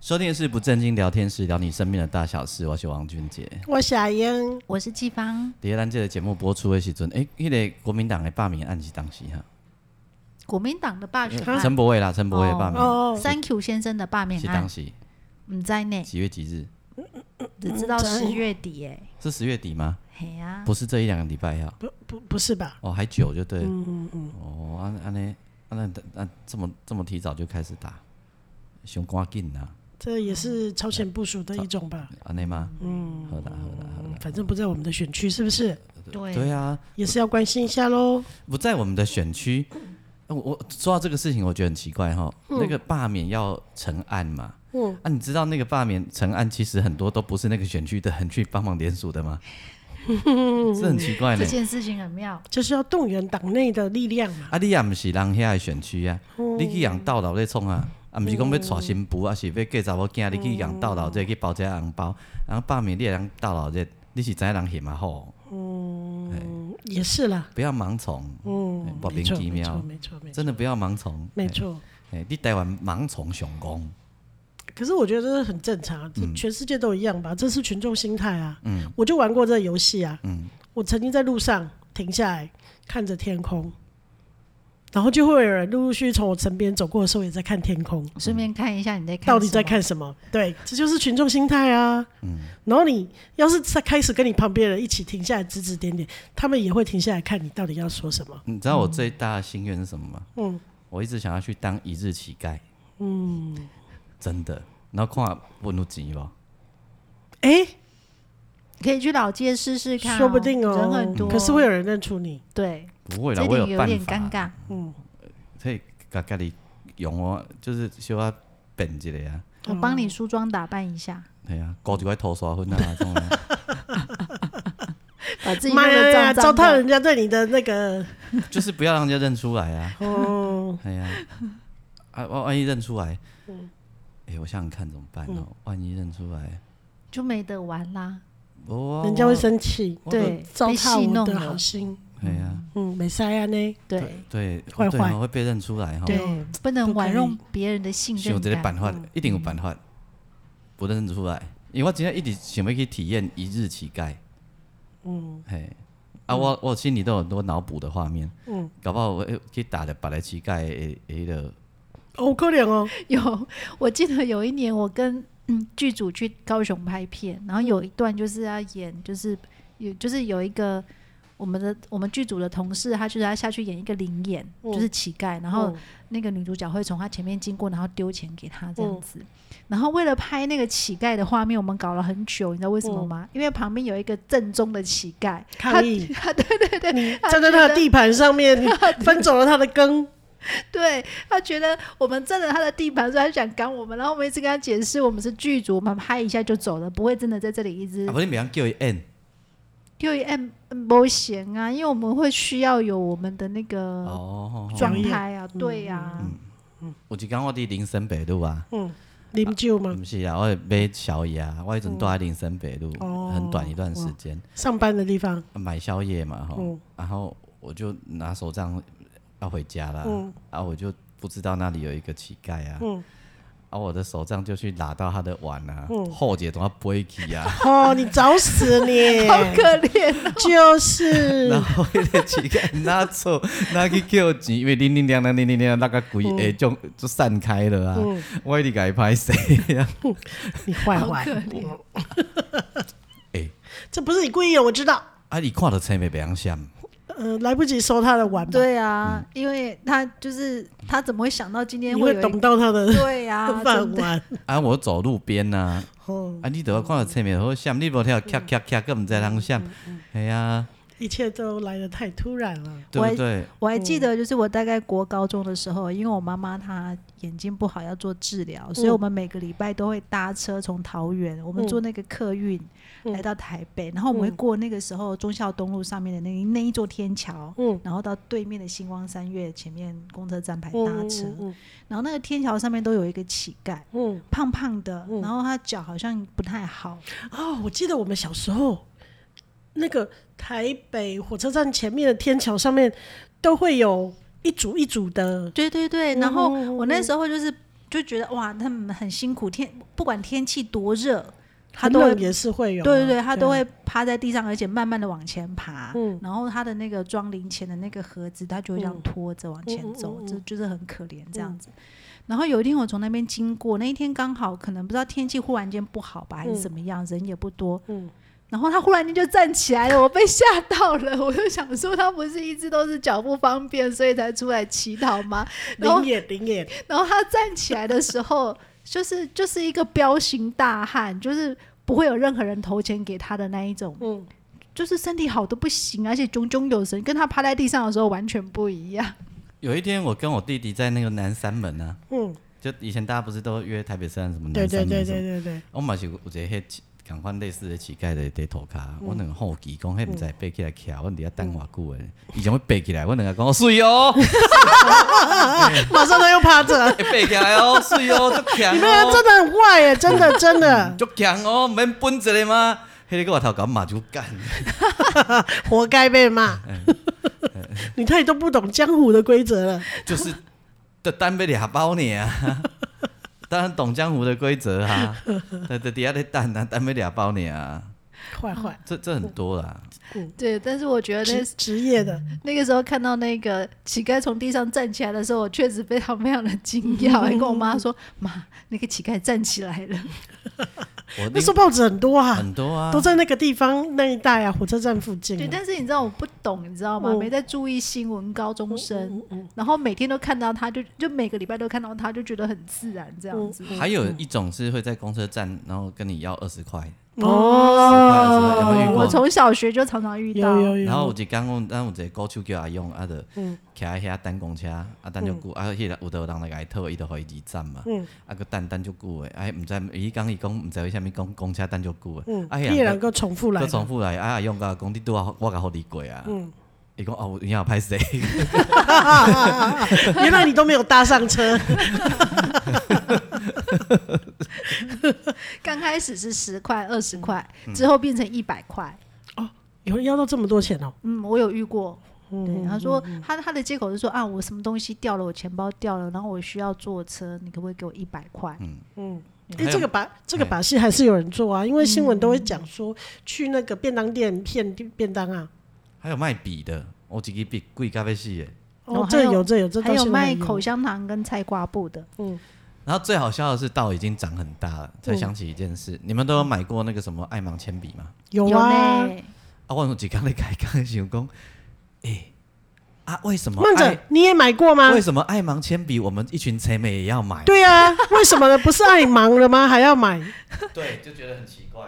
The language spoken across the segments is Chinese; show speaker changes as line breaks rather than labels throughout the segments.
收听的是不正经聊天室，聊你身边的大小事。我是王俊杰。
我是阿英，
我是季芳，
第一咱这个节目播出的时阵，诶、迄、个国民党的罢免案是当时哈，
国民党的罢免
嗯陈
案，
柏伟啦，陈柏伟的罢免、
哦，
三 Q 先生的罢哦免
是当
案，
时
唔在内，
几月几日？
只知道
嗯
十月底哎，
是十月底吗？
嘿呀，
不是这一两个礼拜哈，
不不不是吧？
哦，还久就对了。哦，安安尼，安那那这么这么提早就开始打，熊赶紧呐，
这也是超前部署的一种吧？
安尼吗？嗯，好啦好啦好啦。
嗯反正不在我们的选区，是不是？
对
对，啊，
也是要关心一下喽。
不在我们的选区。呃我我说到这个事情，我觉得很奇怪哈、那个罢免要成案嘛，
嗯，
啊，你知道那个罢免成案其实很多都不是那个选区的人去帮忙联署的 吗？这很奇怪呢
这。件事情很
嗯
妙，
就是要动员党内的力量嘛。
啊，你也毋是人遐的选区啊，
哦
你去养道老咧创啊，啊，毋是讲要娶新妇，啊是要嫁查某囝，
哦
你去养道老这去包一下红包，然后罢免你的人道老这，你是知影人嫌啊好，
嗯，也是啦。
不要盲从，
嗯，
莫
没
名
错，
其
没错，
妙，
没错，没错，
真的不要盲从，
没错。
哎，你台湾盲从上攻，
可是我觉得这很正常，啊这全世界都一样吧？这是群众心态啊。嗯，我就玩过这个游戏啊。嗯，我曾经在路上停下来看着天空，然后就会有人陆陆续续从我身边走过的时候也在看天空。
顺便看一下你在看，
到底在？看什么？对，这就是群众心态啊。然后你要是在开始跟你旁边人一起停下来指指点点，他们也会停下来看你到底要说什么。
你知道我最大的心愿是什么吗？
嗯
我一直想要去当一日乞丐，嗯，真的，然后看问有钱无。
哎、
可以去老街试试看哦，
说不定哦，
人很多，
可是会有人认出你。
对，
不会啦，
这
我
点
有
有
办
点
法
尴。尬，
可以甲家己用我，就是小可变一个啊，
嗯
我帮你梳妆打扮一下，
系啊，搞一块头刷粉啊，这种啊
把自己弄
妈
得
呀，
脏
糟
脏
蹋
的，
人家对你的那个
就是不要让人家认出来啊，
哦，
系啊，啊，万万一认出来，哎、我想想看怎么办哦，万一认出来，哦
就没得玩啦，
我
人家会，生气，
我
对，
糟
被戏
蹋我
弄
的
了
好，心。
系啊，
嗯，没塞啊呢。
对
对，
坏
对
坏
哦会被认出来哈，
对
哦，
不能
不可以
玩弄别嗯人的信
想
任
一个
感，啊
办法，一定有办法，不认出来，因为我真正一直想要去体验一日乞丐，嗯，嘿，啊，我我心里都有很多脑补的画面，嗯，搞不好我会去打着别的乞丐的的迄个，
哦，可怜哦，
有，我记得有一年我跟嗯剧组去高雄拍片，然后有一段就是要演，就是有就是有一个我们的我们剧组的同事，他就是要下去演一个灵演，就是乞丐，然后
嗯
那个女主角会从他前面经过，然后丢钱给他这样子。然后为了拍那个乞丐的画面，我们搞了很久，你知道为什么吗？因为旁边有一个正宗的乞丐，他
抗议，
对对对，
站在他的
地。
地盘上 面，你分走了他的羹。
对他觉得我们占了他的地盘，所以他想赶我们。然后我们一直跟他解释，我们是剧组，我们拍一下就走了，不会真的在这里一直
啊，不你袂晓叫伊演，
因为 M 嗯不行啊，因为我们会需要有我们的那个
哦，吼吼
状态啊，对呀、
有一天我伫林森北路啊，
嗯，啉酒嘛，
毋是啊，我买宵夜啊，我迄阵住在林森北路，
哦
很短一段时间，
上班的地方。
买宵夜嘛哈，
嗯
然后我就拿手杖要回家啦，
嗯
啊我就不知道那里有一个乞丐啊，
嗯
啊我的手杖就去拿到他的碗啊，
嗯
后姐都要背起啊，
哦，你找死你！
好可怜啊！
就是
然后那个乞丐拿走拿去扣钱，因为叮叮当当叮叮当那个
嗯
鬼诶就就散开了啊，我一直给他拍啊谁呀？
你坏坏
好可哎怜，
诶，
这不是你故意的，我知道。
啊你看到车没别样想，
呃，来不及收他的碗吧，
对啊，因为他就是他怎么会想到今天
你
会
会
有一
懂到他的
对呀、啊，
饭
真的
碗。
啊我走路边呐、啊，
哦，嗯
啊你都要看到车面好想，你无听到咔咔咔，更毋知人想，系啊。
一切都来得太突然了。
对不对？
我还记得，就是我大概国高中的时候，因为我妈妈她眼睛不好要做治疗，所以我们每个礼拜都会搭车从桃园，我们坐那个客运
嗯
来到台北，然后我们会过那个时候忠孝东路上面的那那一座天桥，
嗯，
然后到对面的星光三月前面公车站牌
嗯
搭车，
嗯
然后那个天桥上面都有一个乞丐，
嗯
胖胖的，
嗯
然后他脚好像不太好，
嗯哦，我记得我们小时候，那个台北火车站前面的天桥上面都会有一组一组的，
对对对，然后
嗯
我那时候就是就觉得哇，他们很辛苦，天不管天气多热，他
很
都会
冷也是会有啊，
对对对，他都
啊
会趴在地上，而且慢慢的往前爬。
嗯
然后他的那个装零钱的那个盒子，他就会这样
嗯
拖着往前走
嗯嗯，嗯嗯
这、就是很可怜这样子。然后有一天我从那边经过，那一天刚好可能不知道天气忽然间不好吧，还是怎么样，人也不多。
嗯
然后他忽然间就站起来了，我被吓到了，我就想说他不是一直都是脚不方便，所以才出来乞讨吗？然后
啊林野林野，
然后他站起来的时候， 就是就是一个彪形大汉，就是不会有任何人投钱给他的那一种，
嗯，
就是身体好的不行，而且炯炯有神，跟他趴在地上的时候完全不一样。
有一天我跟我弟弟在那个南三门啊，
嗯，
就以前大家不是都约台北车站什么
对
南
对
三
对
门什
对
么，
对对，
我嘛是有有一个迄共款类似的乞丐的在涂骹，
嗯
我两个好奇讲，迄毋知爬起来啊徛，阮伫遐等偌久的，伊想要爬起来，我两个讲哦水 哦，
马上他又趴 着，
会爬起来哦，水哦，足强
你们
哦，，
真的很坏耶，真的真的
足强哦，免分一个吗？迄个个我头甲骂就干，
活该被骂。你太都不懂江湖的规则了，
就是就单被俩包你啊。当然懂江湖的规则 啊，在在底下在等啊，单被俩包你啊，
坏坏，
这这很多啦。
对，但是我觉得
嗯职嗯
那
职业的，
那个时候看到那个乞丐从地上站起来的时候，我确实非常非常的惊讶， 还跟我妈说：“妈，那个乞丐站起来了。
我
那
另
时候报纸很多啊，
很多啊，
都在那个地方那一带啊，火车站附”近
对，哦
啊。
但是你知道我不懂，你知道吗？
嗯
没在注意新闻，高中生
嗯嗯
然后每天都看到他，就就每个礼拜都看到他，就觉得很自然这样子。
还有一种是会在公车站，然后跟你要二十块，
嗯哦，
有没有遇过
我从小学就常常遇到，
有有有，
然后有一天我咱有一个歌手叫阿勇，啊，就
嗯
徛喺遐等公车，啊等足久，啊迄个有的人来甲伊讨，伊就互伊二站嘛，
嗯
啊佫等等足久的，啊毋知伊讲伊讲毋知为虾米讲公车等足久的
嗯，，
啊
一两
佫
个重复来嗯
佫
的，
重复来，啊阿勇甲讲你拄啊，我甲互你过啊，伊讲哦，有影歹势，
原来你都没有搭上车，
刚开始是十块、二十块，之后变成一百块。
有人要到这么多钱哦。
嗯，我有遇过。
嗯
对，他说他他的借口是说啊，我什么东西掉了，我钱包掉了，然后我需要坐车，你可不可以给我一百块？嗯
哎、这个把这个把戏还是有人做啊，因为新闻都会讲说去那个便当店骗便当啊。
还有卖笔的，我一支笔贵甲要死的。
哦
哦，
这
还有
有这有这
还
都
有
是
卖口香糖跟菜瓜布的，
然后最好笑的是，到已经长很大了，
嗯
才想起一件事，你们都有买过那个什么爱芒铅笔吗？
有啊，
呢。
啊，我有一工咧开讲想讲，诶、啊，为什么
梦
爱
者你也买过吗
为？什么爱盲铅笔，我们一群贼美也要买？
对啊，为什么呢？不是爱忙了吗？还要买？
对，就觉得很奇怪，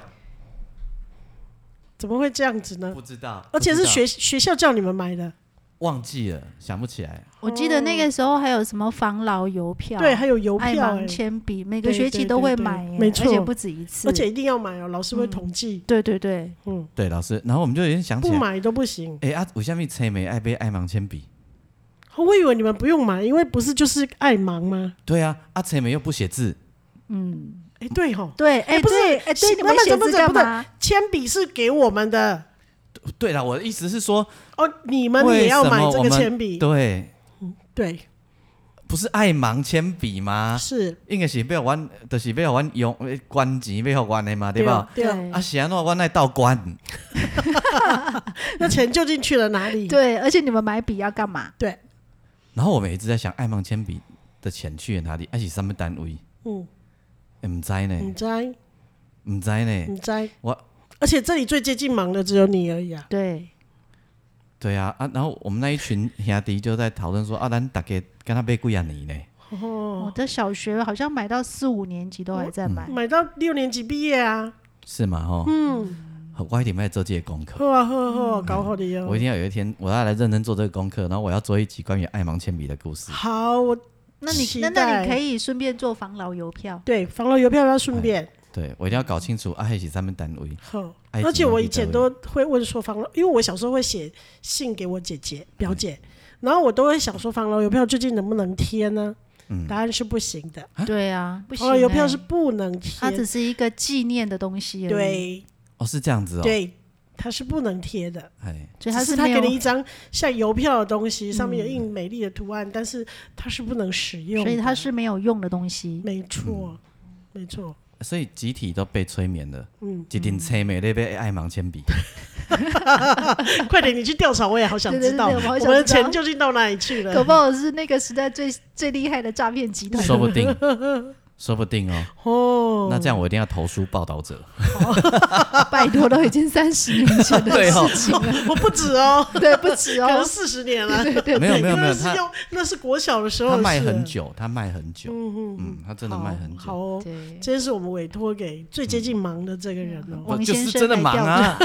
怎么会这样子呢？
不知道，
而且
不
是
知道
学学校叫你们买的，
忘记了，想不起来。
我记得那个时候还有什么防老邮票，
哦对，还有邮
爱
票、
盲
哎
铅笔，每
对
个学
对
期
对
都会
对
买耶，
没错
而且不止一次，
而且一定要买哦，老
嗯
师会统计，
对对对，
嗯，
对，老师，然后我们就有点想起
不
来，
买都不行。
诶、啊，为什么贼美爱买爱盲铅笔？
我以为你们不用买，因为不是就是爱忙吗？
对啊，啊，贼美又不写字，
嗯，
哎、对吼，
对，哎、
不是
对哎、
是
对，你们
那
写
不是
字干
不是
嘛？
铅笔是给我们的
对啦，我的意思是说，
哦，你们也
为
要
什
买
么
这
我
个
们
铅笔，
对，
对，
不是爱盲铅笔吗？
是，
应该是要阮，就是要阮用呃捐钱要阮的嘛，对吧？
对啊，
啊，是安怎阮爱倒捐？
那钱究竟去了哪里？
对，而且你们买笔要干嘛？
对，
然后我们一直在想，爱盲铅笔的钱去了哪里？还啊是什么单位？
嗯，
欸唔、知
你
呢，
摘，
唔知呢。
你摘，
我，
而且这里最接近忙的只有你而已啊。
对，
对啊啊，然后我们那一群兄弟就在讨论说，啊，咱大概跟他买几啊年呢？
我
哦，
的小学好像买到四五年级都还在买，
买到六年级毕业啊，
是嘛吼？
嗯，
我一定要做这个功课。
好啊，好啊，好啊，搞好的哟
我一。定要有一天，我要来认真做这个功课，然后我要做一集关于爱芒铅笔的故事。
好，我
那你
期
那那
待
你可以顺便做防老邮票，
对防了邮票要顺便。
对，我一定要搞清楚爱是什么单位。
好，
埃及
而且我以
哪
前
里
都会问说防了，因为我小时候会写信给我姐姐、
嗯
表姐，然后我都会想说防了邮票究竟能不能贴呢？
嗯
答案是不行的，
对啊，不行、
防了邮票
欸
是不能贴
它，只是一个纪念的东西而已，，
对
哦，是这样子哦。，
对，它是不能贴的。
哎，
所
只
以它
是
是
他
没
给
有，嗯
你一张像邮票的东西，上面有印美丽的图案，但是它是不能使用的，
所以它是没有用的东西，
没错，
嗯
没错，
所以集体都被催眠了。嗯，一定催眠那边爱芒 铅笔。
快点你去调查，我也好想知道
对对 对我好想
们的
知道
钱究竟到哪里去
搞
了。
不好是那个时代最最厉害的诈骗集 团。
说不定， 说不定哦。
哦，
那这样我一定要投诉报道者。
拜托，都已经三十年前 的
对哦
事情了，
我不止 哦，
对，不止
可能
哦，
四十年了。
对对
没有没有没
那
有，
是
他
用那是国小的时候
他
的事
卖
了
很久，他卖很久。
嗯嗯，
嗯，他真的卖很
好
久。
哦。
对，
这是我们委托给最接近忙的这个人哦，
不
王
就
先
是
生
真的
来
忙
调
啊，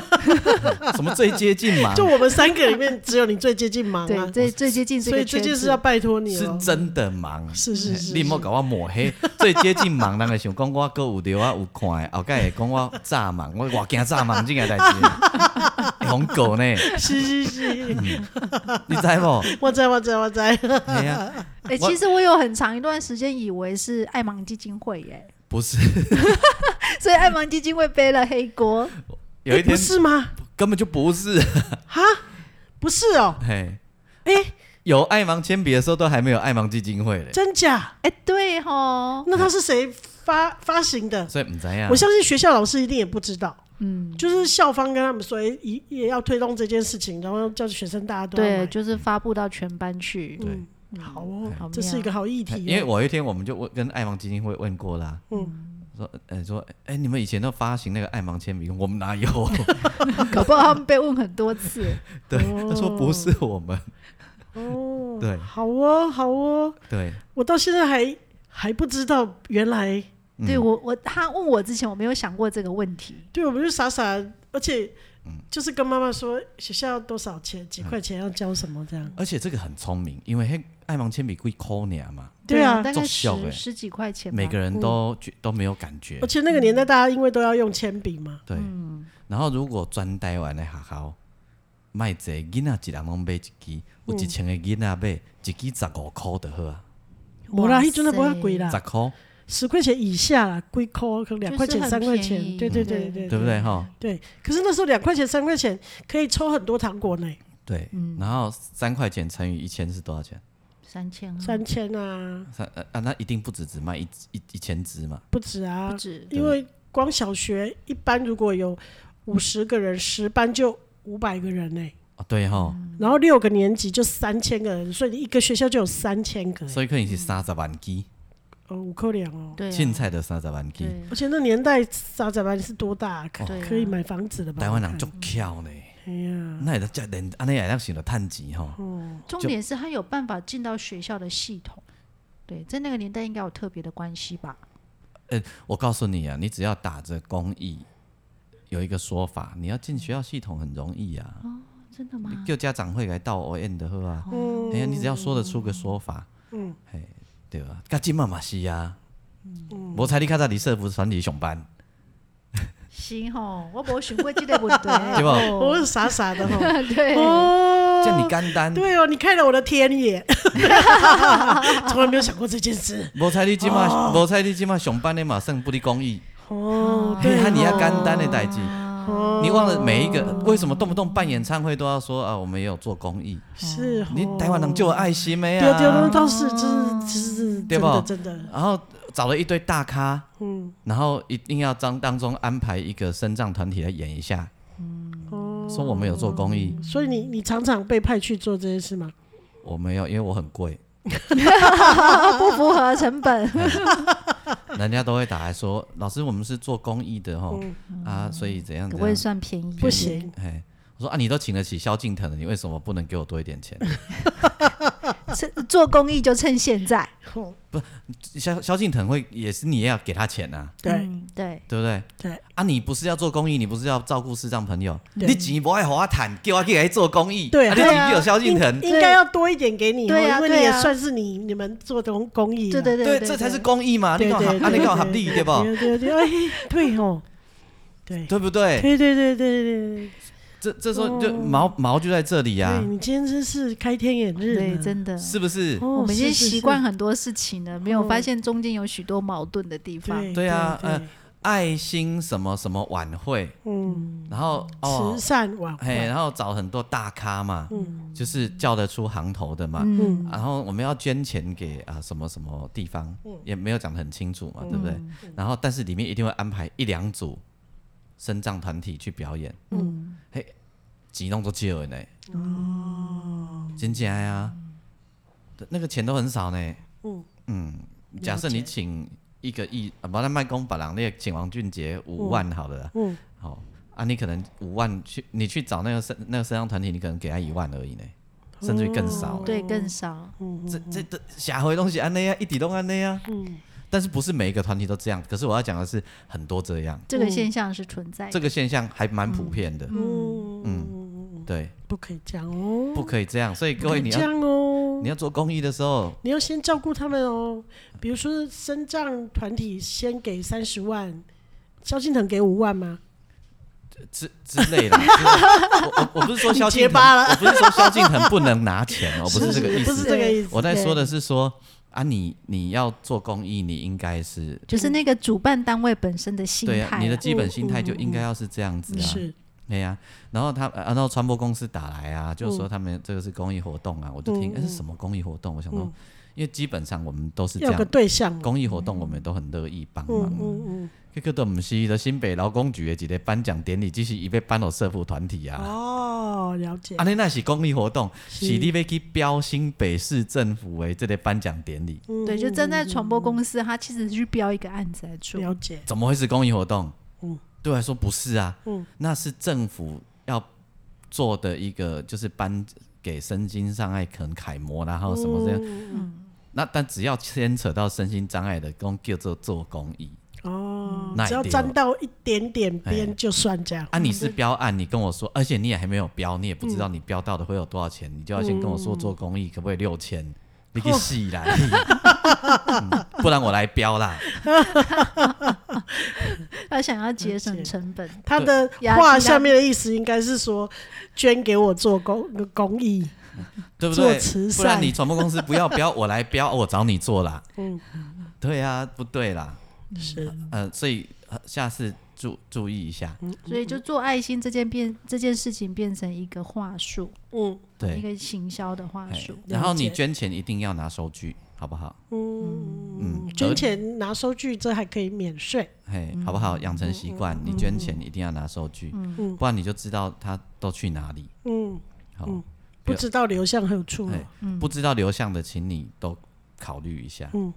什么最接近 忙
就，我们三个里面只有你最接近忙
对，
啊，
最最接近这
所以
个
这
圈
件事
子
要。拜托你哦
是
了。
真的忙。
是是是
你莫搞我抹黑，最接近忙，人会想讲我搁有聊啊有看的，后盖会讲我炸忙，我我惊炸忙这个 代志，哎红狗呢？
是是是，
你知无？
我在我在我在。
哎呀，
哎、
我
其实我有很长一段时间以为是爱盲基金会耶，
不是，
所以爱盲基金会背了黑锅。
有一
诶不
天
是吗？
根本就不是，
哈，不是哦，
嘿，
哎、
有爱盲铅笔的时候都还没有爱盲基金会嘞，
真假？
哎、对吼，
那他是谁发发行的？
所以唔知啊呀
我。相信学校老师一定也不知道，
嗯，
就是校方跟他们说，诶也也要推动这件事情，然后叫学生大家都要
对，
买
就是发布到全班去。
对，
嗯
好哦
好妙，
这是一个好议题哦、
因为我有一天我们就问跟爱盲基金会问过啦，
嗯，
说，呃，说，哎、你们以前都发行那个爱盲铅笔，我们 哪有？
搞不好他们被问很多次。
对，他说不是我们，
哦，
对
好哦，好哦，
对，
我到现在还还不知道，原来
嗯
对我，我他问我之前，我没有想过这个问题。
对我们就傻傻，而且
嗯
就是跟妈妈说学校要多少钱，几块钱要交什么这样。
而且这个很聪明，因为那爱盲铅笔贵抠年嘛，
对啊
大概
作秀
十
欸
十几块钱吧。
每个人都、
嗯
觉都没有感觉
而，且那个年代
嗯
大家因为都要用铅笔嘛，
对。
嗯
然后如果专台湾的学校卖这囡仔一人拢买一支，有一千个囡仔买一支十五块就好啊，
我啦，
哇
迄阵都不会
塞
贵啦
十，块
十块钱以下啦，贵扣可能两块
就是
钱、
很
三块
便
钱，
宜
对对对
对
对
对不对哈？
对。可是那时候两块钱、三块钱可以抽很多糖果呢，
对，然后三块钱乘以一千是多少钱？
三千啊
三千啊，
三呃啊，那一定不止只卖一一一千支嘛。
不止啊
不，止。
因为光小学一班如果有五十个人，十班就五百个人呢，
哦，对哈，
嗯
然后六个年级就三千个人，所以你一个学校就有三千个欸，
所以可能是三十万支，
哦，五扣两哦。
对啊，
凊彩的三十万支。
对
而且那年代沙仔班是多大啊，可
对啊
可以买房子了吧？
台湾人
我看
足巧呢，
哎呀，
那也才连安尼也要想着趁钱吼。
重点是他有办法进到学校的系统。对，在那个年代应该有特别的关系吧？
我告诉你啊，你只要打着公益，有一个说法，你要进学校系统很容易啊，
哦真的吗？哦
你叫家长会来到 O N 的喝啊。
嗯
哎呀，你只要说得出个说法，嗯，嘿，对吧？噶今嘛嘛是啊，
嗯
无猜你较早伫社服团体上班，，
是吼，我无想过这个 问题
对吧
哦我是傻傻的哈。
对，
哦，
这样你简单。
对哦，你开了我的天 眼，从来没有想过这件事。
无猜你今嘛，无猜你今嘛上班的嘛算不离公益，
哦，
嘿
对
啊，你要
哦
简单的代志。
哦
你忘了每一个为什么动不动办演唱会都要说啊，我们也有做公益？
是哦
你台湾人就有爱心没
丢丢那
啊？
倒是，就是就是
对
真
吧
的真的，
然后找了一堆大咖，
嗯，
然后一定要当当中安排一个深藏团体来演一下，
哦，
说我们有做公益，
所以你你常常被派去做这件事吗？
我没有，因为我很贵，
不符合成本。
人家都会打来说，老师我们是做公益的哈，
嗯
啊，所以怎 样
可
怎
不可以
样，
算便宜？
不，行，
哎。我说啊，你都请得起萧敬腾了，你为什么不能给我多一点钱？
趁做公益就趁现在。
哦
萧萧敬腾会也是你也要给他钱啊，
对，
嗯对，
对不对？
对
啊，你不是要做公益，你不是要照顾视障朋友，
对
你钱不爱和我谈，叫我去来做公益，
对
啊，你
对
钱
啊
给我萧敬腾，
应该要多一点给你哦，
对啊
因为你也
对啊
算是你你们做的公益啊，
对对对
对，
对，
这才是
对
公益嘛，你
对
搞合，
对，
啊，你搞合理对不？
对对对，哎，对哦，对
对不对？
对对对对对对
这这时候就毛毛就在这里呀
哦对，，你今天真是开天眼日呢，
对，真的。
是不是？
哦，
我们已经
是是
习惯很多事情了，没有
哦
发现中间有许多矛盾的地
是
方。
对
对啊
对
呃
对
爱心什么什么晚会，
嗯，
然后哦
慈，善晚
嘿，
会，
然后找很多大咖嘛，
嗯
就是叫得出行头的嘛，
嗯，
然后我们要捐钱给啊什么什么地方，
嗯
也没有讲得很清楚嘛，对不对？然后但是里面一定会安排一两组身障团体去表演，
嗯
钱弄都借了呢，哦，真假呀，那个钱都很少呢，
嗯
嗯，假设你请一个艺，啊，不然卖公把郎那个请王俊杰五万好了啦，
嗯，
好、啊，你可能五万去你去找那个身那个身障团体，你可能给他一万而已呢，甚至于更少
哦
呢。
哦
对，更少。
这这这下回东西安内啊，一底都安内啊。
嗯
但是不是每一个团体都这样？可是我要讲的是，很多这样，
这个现象是存在的。
这个现象还蛮普遍的。
哦
嗯
对，
不可以这样哦，
不可以这样。所以各
不可
位，
以
你
这
要
样哦
你。要做公益的时候，
你要先照顾他们哦，比如说身障团体先给三十万，萧敬腾给五万吗？
之之类的。就是我我我不是说哦萧敬
你结巴
腾，
了
我不是说萧敬腾不能 拿钱，哦我不是这个意
不是
思。
这个意思。
我在说的是说啊，你你要做公益，你应该是
就是那个主办单位本身的心
对
态
啊，
啊。
你的基本心态就应该要是这样子
嗯
啊。
是，
对呀、然后他，呃然后传播公司打来啊，
嗯
就说他们这个是公益活动啊，我就听，哎、是什么公益活动？我想说，因为基本上我们都是这
嗯要有个
样，
对象嘛。
公益活动我们都很乐意帮忙。
嗯嗯
这个都不是的新北劳工局的一个颁奖典礼，只是伊被颁到社福团体
嗯，
啊。
哦，了解
啊，。你那是公益活动，
是
是你要去标新北市政府为这个颁奖典礼，
嗯
对，就站在
嗯
传播公司，他其实去标一个案子来
嗯
做。
了解。
怎么会是公益活动？
嗯
对我来说不是啊，
嗯
那是政府要做的一个，就是颁给身心障碍可能楷模啦，然后什么
嗯
这样。那但只要牵扯到身心障碍的，公叫做做公益。
哦
那，
只要
一定
沾
有
到一点点
哎
边就算这样。
啊，你是标案，你跟我说，而且你也还没有标，你也不知道你标到的会有多少钱，你就要先跟我说做公益可不可以六
哦
千，你给洗来、嗯不然我来 标啦。
他想要节省
解
成本，
他的
压
话
力大
下面的意思应该是说，捐给我做公公益。
对不
做
对？
慈
不然
善
你传播公司不要标，我来标，哦我找你做啦。嗯，对啊，不对啦，
嗯
是，
呃，所以呃下次注注意一下，
嗯
所以就做爱心这件变这件事情变成一个话术，
嗯
一
对。
个行销的话
哎
术。
然后
了解
你捐钱一定要拿收据，好不好？
嗯，捐钱拿收据，这还可以免税。
嘿，好不好？养成习惯，你捐钱一定要拿收据，
嗯
不然你就知道他都去哪里。
嗯，
好，
不知道流向何处
哎
了。
不知道流向的，请你都考虑一下。
了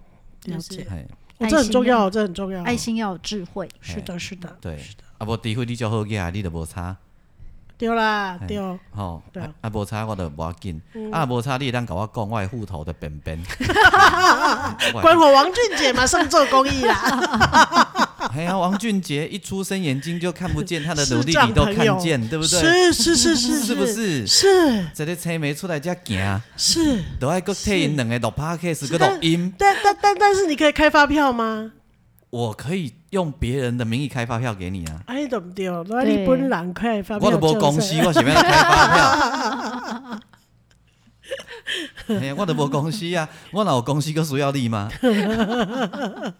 就是
解，
嘿，
哦
爱
这很
心
重
要啊
要，这很重要。
爱心要有智慧，
是的，是的，
哎对，啊不，诋毁你就好个啊，你都无差。
丢啦
哎
丢，
吼、
对嗯
啊，啊无差我就无要紧，啊无差你会当甲我讲我的户头的便便，
关火王俊杰马上做公益啦。
哎呀，王俊杰一出生眼睛就看不见，他的努力
视障
你都
朋友
看见， 对不对？
是是是是
是不？是？
是
这个车没出来才行，
是，
都爱搁替因两个录 podcast 搁录音，
但但但但是你可以开发票吗？
我可以用别人的名义开发票给你啊。
哎，对不对？那你本人开 发票，
我都无公司，我想要来开发票。哎呀，我都无公司啊，我哪有公司搁需要你吗？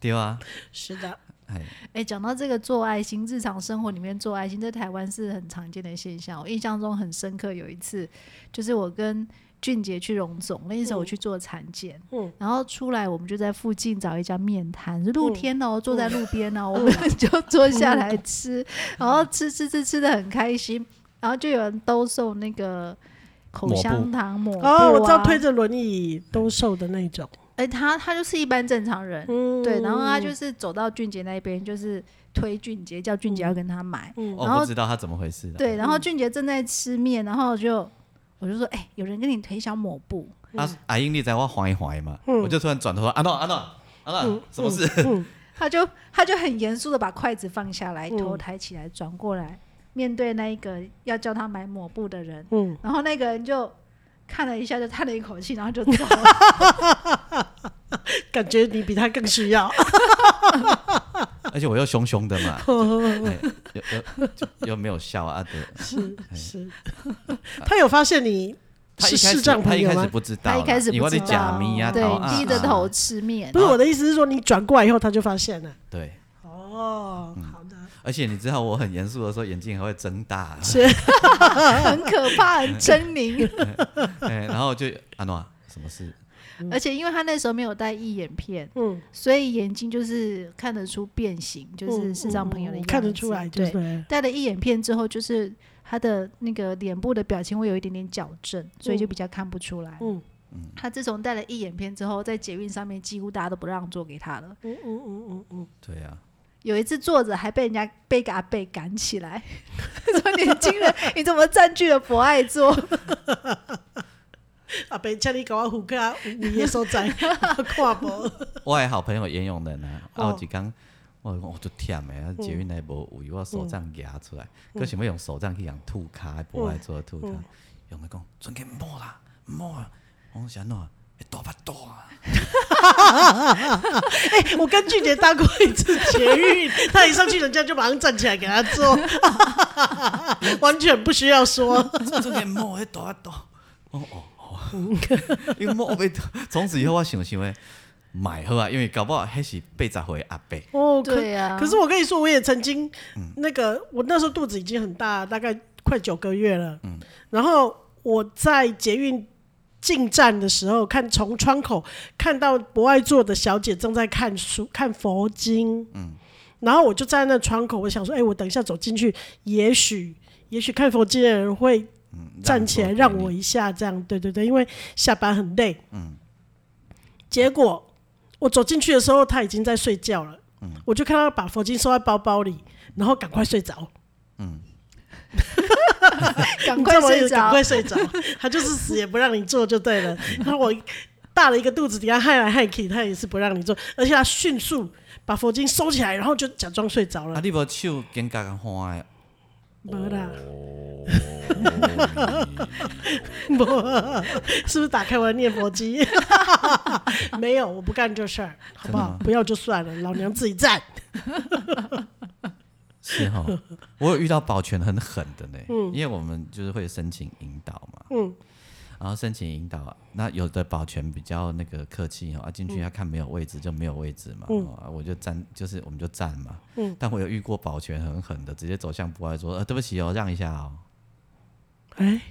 对啊，
是的，
哎，
哎，讲到这个做爱心，日常生活里面做爱心，在台湾是很常见的现象。我印象中很深刻，有一次就是我跟俊杰去荣总，那时候我去做产检，
嗯
然后出来我们就在附近找一家面摊，是
嗯
露天的哦，坐在路 边哦，我们就坐下来吃，然后吃吃吃吃的很开心，然后就有人兜售那个。口
抹布
香糖抹布、啊、
哦，我知道推着轮椅兜售的那种，
哎、他他就是一般正常人，
嗯
对，然后他就是走到俊杰那边，就是推俊杰，叫俊杰要跟他买，嗯然
我
后
不知道他怎么回事啊了。
对，然后俊杰正在吃面，然后就我就说，哎、有人跟你推销抹布，嗯
啊，阿英你在我怀一怀嘛，我就突然转头说阿诺阿诺阿诺，什么事？
他就他就很严肃的把筷子放下来，头抬起来，转过来，面对那一个要叫他买抹布的人，
嗯，
然后那个人就看了一下，就叹了一口气，然后就走了。
感觉你比他更需 要。
而且我又凶凶的嘛，就
嗯
哎又又又没有笑啊啊对，
是 是，他有发现你
他
是
一开
视
始
障
他
朋
一
友
开始
吗？
不知道
他
啦，
一开始
因为
不
我
知
在
道，
假迷啊，头啊
对，低着
啊
头吃面
不。是我的意思是说，你转过来以后他就发现了。
对，
哦，好的，
而且你知道我很严肃的时候，眼睛还会睁大，
是
很可怕，很狰狞。
哎，然后就阿诺什么事？
而且因为他那时候没有戴义眼片，
嗯，
所以眼睛就是看得出变形，就是视障朋友
嗯
的
嗯
样
嗯
子。
看得出来，
对。
对，
戴了义眼片之后，就是他的那个脸部的表情会有一点点矫正，所以就比较看不出来。
嗯
他自从戴了义眼片之后，在捷运上面几乎大家都不让座给他了。
嗯嗯嗯嗯嗯，
对啊，
有一次坐着还被人家被阿贝赶起来， 说年轻人你怎么占据了博爱座？
阿伯叫你搞我胡歌啊，你也所 在看无，
我的好朋友严永仁啊，
哦
啊有一天我就讲我就忝的，啊捷运内无位，我手掌夹出来，
嗯
佮想要用手掌去用吐骹，无爱做吐骹，用来讲，准给摸啦，摸啦，我讲是安怎样？会大巴肚啊！
哎，我跟俊杰搭过一次捷 运，他一上去，人家就马上站起来给他坐， 完全不需要说。
这个摸迄大大，哦哦 哦，因为摸被从此以后我想想诶，买好啊，因为搞不好迄是八十岁的阿伯，
哦，可
对啊，
可是我跟你说，我也曾经，那个我那时候肚子已经很大，大概快九个月了。然后我在捷运进站的时候，看从窗口看到博爱座的小姐正在看书，看佛经。然后我就站在那窗口，我想说，哎、我等一下走进去，也许，也许看佛经的人会
嗯
站起来
让
让
座给
我
你
一下，这样对对对，因为下班很累。嗯，结果我走进去的时候，他已经在睡觉了。嗯，我就看他把佛经收在包包里，然后赶快睡着，
赶
你
快
知道吗
睡
赶
着。
快睡着。他就是死也不让你做就对 了。然后我大了一个肚子，底下害来害去，他也是不让你做，而且他迅速把佛经收起来，然后就假装睡着
啊，
了。
你无手肩胛较宽诶，
没啦，
哦
没，是不是打开我的念佛机？ 没有，我不干这事儿，好不
真的
好
吗？
不要就算了，老娘自己站。
是哈， 我有遇到保全很狠的呢，因为我们就是会申请引导嘛，
嗯
然后申请引导啊，那有的保全比较那个客气哦，啊进去
嗯
他看没有位置就没有位置嘛，哦啊我就站，就是我们就站嘛。
嗯
但我有遇过保全很狠的，直接走向博爱说：“呃，对不起哦，让一下哦。
哎，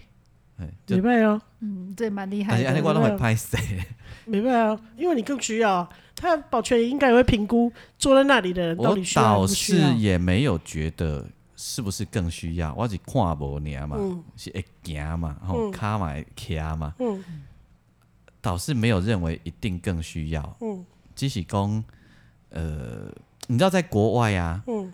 哎，就
没办法哦，
嗯，对，蛮厉
但
害
是安尼哎
的。
我都会拍谁？
没办法哦，因为你更需要啊。他保全应该也会评估坐在那里的人到
我
底需要还
倒
不需
是
要。
也没有觉得是不是更需要，我是看无尔嘛，是会行嘛，吼、卡嘛会徛嘛，
嗯
倒是没有认为一定更需要，
嗯
只是讲，呃，你知道在国外啊，
嗯，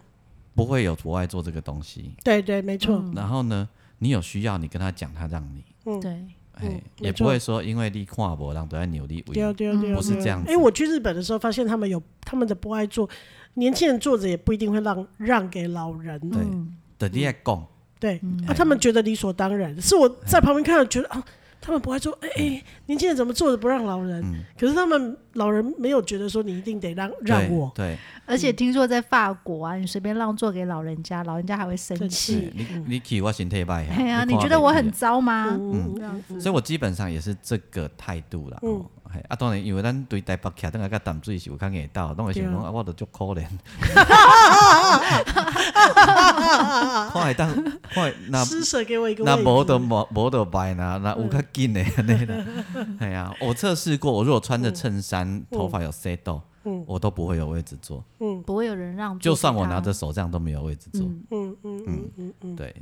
不会有国外做这个东西，
对对，没错。
嗯
然后呢，你有需要你跟他讲，他让你，
对，
哎、
嗯
也
没错
不会说因为你看无，让都在扭力
对
为，
对对，
不是这样子
哎，我去日本的时候，发现他们有他们的不爱坐，年轻人坐着也不一定会让让给老人。
对
嗯
等你来讲，
对，啊，
哎
他们觉得理所当然，是我在旁边看了，觉得啊，他们不爱做，哎、哎、年轻人怎么坐着不让老人？
嗯
可是他们老人没有觉得说你一定得让让
对
我，
对，
而且听说在法国啊，你随便让座给老人家，老人家还会生
生
气。
气
哎，你你去我身体歹
哎呀，
呀，
你
看
觉得我
袂起
很
啊
糟吗？
嗯
这样子
所以我基本上也是这个态度啦。
嗯
哦，嘿啊，当然，因为咱对台北徛等下甲淡水是有较硬斗，拢会想
对
讲
啊
啊，我都足可 怜。看会当看会那
施舍给我一个
那无
位嗯
得
置，
无无得摆啦，那有较紧的安尼啦。 哎呀，我测试过，我如果穿着衬衫，头发有 set 到
嗯，
我都不会有位置坐，
不会有人让座给他，
就算我拿着手杖都没有位置坐。
嗯嗯嗯嗯嗯，
对，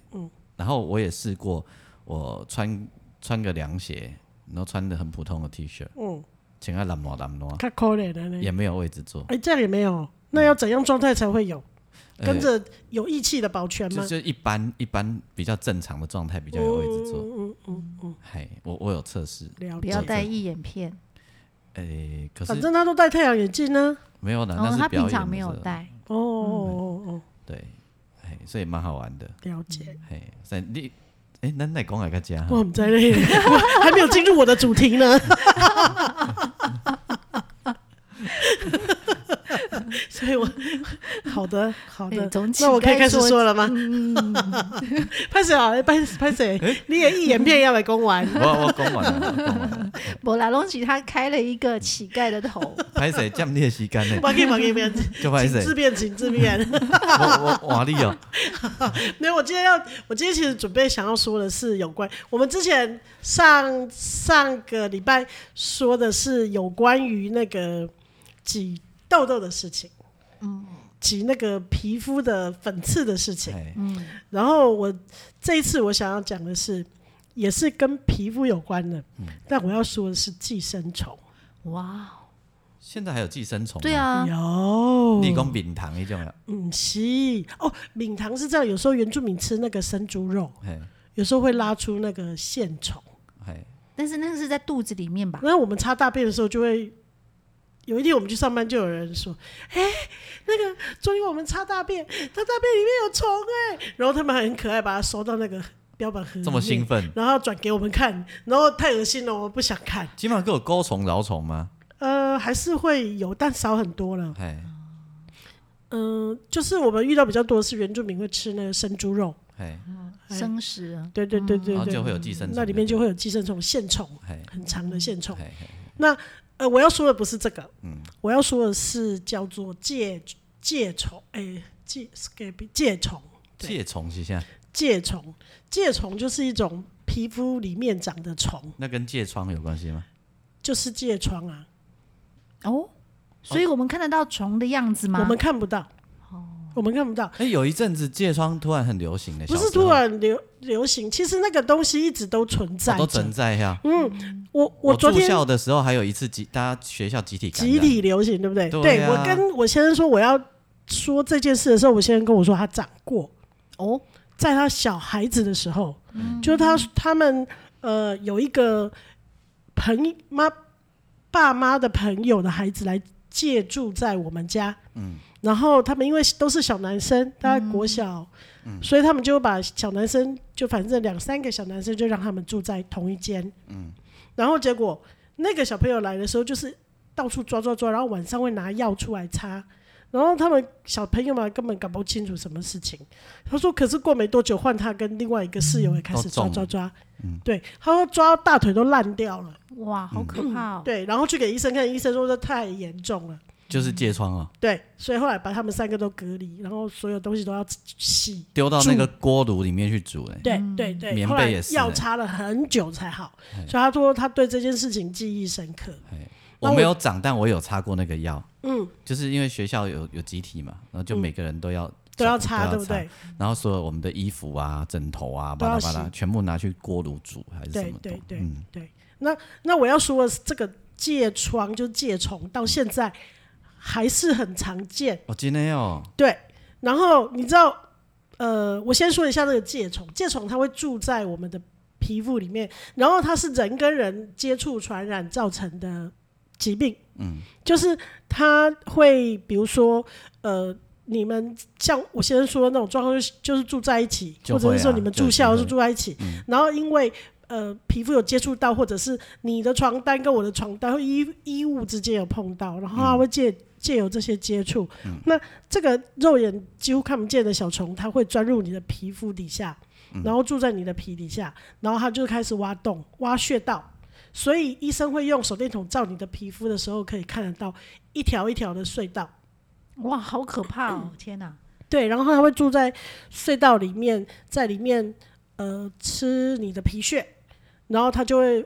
然后我也试过，我穿穿个凉鞋，然后穿的很普通的 T 恤，
嗯，
请他懒暖懒暖，
太可怜了呢。
也嗯没有位置坐，
哎、这样也没有，那要怎样状态才会有？
呃
跟着有义气的保全
就
吗？
就一般一般比较正常的状态比较有位置坐。
嗯嗯嗯嗯，嗯
嘿，我我有测试，
了
不
解
要戴义眼片，
诶，可
反
是
正他都戴太阳眼镜呢、
没有啦，
然
那
后
是
哦嗯他平
表演的
常没
时
有
候，
带，
哦哦哦哦，
对，嘿，所以蛮好玩的，
了解。
嘿，所以你，诶，咱来讲下个家，，
哇，我们在累了，我 还没有进入我的主题呢。 所以我，好的，好的
哎从，乞
哦那我可以
丐
开始
说
说了吗？
嗯，
拍谁啊？拍拍谁？你也一眼片要来公玩
我我讲完了，我讲完了，
博拉隆吉他开了一个乞丐的 头，
拍谁占你的时间呢？
我给我给别人，
就拍
请
谁
自，便，请自便。
我我换你 哦，
没有，我今天要，我今天其实准备想要说的是有关我们之前上上个礼拜说的是有关于那个挤痘痘的事情，嗯，挤那个皮肤的粉刺的事情。
嘿，
然后我这一次我想要讲的是，也是跟皮肤有关的，但我要说的是寄生虫。
哇，
现在还有寄生虫，
对，啊，
嗯有，
你讲饼糖那种啊，
嗯，是哦，敏糖是这样，有时候原住民吃那个生猪肉，
嘿，
有时候会拉出那个线虫。
嘿，
但是那个是在肚子里面吧？
那我们擦大便的时候就会。有一天我们去上班，就有人说：“哎、那个昨天我们擦大便，他大便里面有虫哎、然后他们还很可爱，把它收到那个标本盒，
这么兴，奋，
然后转给我们看，然后太恶心了，我不想看。
基本上都有钩虫、饶虫吗？
呃，还是会有，但少很多了。
嘿，
嗯、就是我们遇到比较多的是原住民会吃那个生猪肉，
嘿，
哎
生食啊，
对对对对
然后
对，
嗯哦就会有寄生虫，
那里面就会有寄生虫、线虫，
嘿，
很长的线虫。
嘿，嘿，
呃，我要说的不是这个，
嗯
我要说的是叫做疥疥虫，哎、疥 scab 疥虫，对
疥虫是啥？
疥虫，疥虫就是一种皮肤里面长的虫，
那跟疥疮有关系吗？
就是疥疮啊，
哦，所以我们看得到虫的样子吗？哦
我们看不到，我们看不到，
哎、有一阵子疥疮突然很流行的，
不
小
是
时候
突然流流行，其实那个东西一直都存在
哦、
着。
都存在呀。
我
我
昨
住
天
校的时候还有一次集，大家学校集体感染
集体流行，对不对？
对啊
我跟我先生说我要说这件事的时候，我先生跟我说他长过，
哦，
在他小孩子的时候，
嗯
就是他他们呃有一个朋妈爸妈的朋友的孩子来借住在我们家，然后他们因为都是小男生，大概国小，所以他们就把小男生就反正两三个小男生就让他们住在同一间，然后结果那个小朋友来的时候就是到处抓抓抓，然后晚上会拿药出来擦。然后他们小朋友嘛，根本搞不清楚什么事情。他说：“可是过没多久，换他跟另外一个室友也开始
都
抓
中
抓抓。对，他说抓到大腿都烂掉了。
哇，好可怕哦！
嗯对，然后去给医生看，医生说这太严重了。
就是疥疮哦，
对，所以后来把他们三个都隔离，然后所有东西都要洗。
丢到那个锅炉里面去煮哎嘞、
对对对，
棉
后来
被也是
药
欸
擦了很久才好。所以他说他对这件事情记忆深刻。那
我
我
没有长，但我有擦过那个药。嗯，就是因为学校有有集体嘛，然后就每个人都要、
嗯都要擦，
都
对不对？
然后所有我们的衣服啊、枕头啊、
都要
巴拉巴拉，
洗
全部拿去锅炉煮还是什
对
么嗯的
对。对对。那那我要说的是，这个疥疮就疥虫，到现在还是很常见。
我、今天哦，
对，然后你知道，呃，我先说一下这个疥虫，疥虫它会住在我们的皮肤里面，然后它是人跟人接触传染造成的疾病。嗯，就是它会，比如说，呃。你们像我先生说的那种状况，就是就是住在一起，
就
或
会啊
者是说你们住校
就是嗯是
住在一起，然后因为呃皮肤有接触到，或者是你的床单跟我的床单或衣衣物之间有碰到，然后它会
嗯
借借由这些接触，那这个肉眼几乎看不见的小虫，它会钻入你的皮肤底下，
嗯
然后住在你的皮底下，然后它就开始挖洞、挖穴道。所以医生会用手电筒照你的皮肤的时候，可以看得到一条一条的隧道。
哇，好可怕哦！
嗯
天哪，
对，然后它会住在隧道里面，在里面呃吃你的皮屑，然后它就会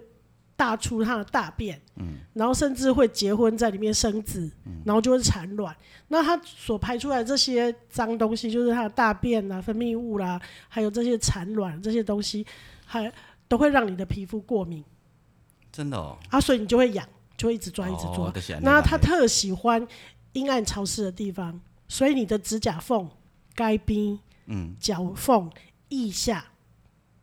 大出它的大便，嗯，然后甚至会结婚在里面生子，然后就会产卵。那它所排出来的这些脏东西，就是它的大便啦、分泌物啦，还有这些产卵这些东西，还都会让你的皮肤过敏
真的哦，
啊，所以你就会痒，就会一直抓一直抓。
哦就是这样
那它特喜欢阴暗潮湿的地方，所以你的指甲缝、该边、嗯、脚缝、腋下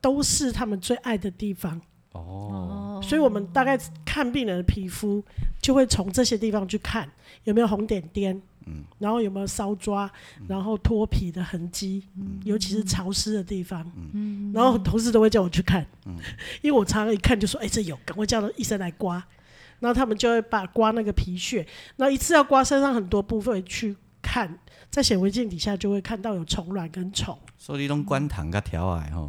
都是他们最爱的地方。
哦，
所以我们大概看病人的皮肤，就会从这些地方去看有没有红点点，嗯，然后有没有搔抓，然后脱皮的痕迹，尤其是潮湿的地方，嗯，然后同事都会叫我去看，嗯， 因为我常常一看就说，哎、这有，赶快叫医生来刮，然后他们就会把刮那个皮屑，那一次要刮身上很多部分去看，在显微镜底下就会看到有虫卵跟虫。
所以你拢管糖甲条啊吼，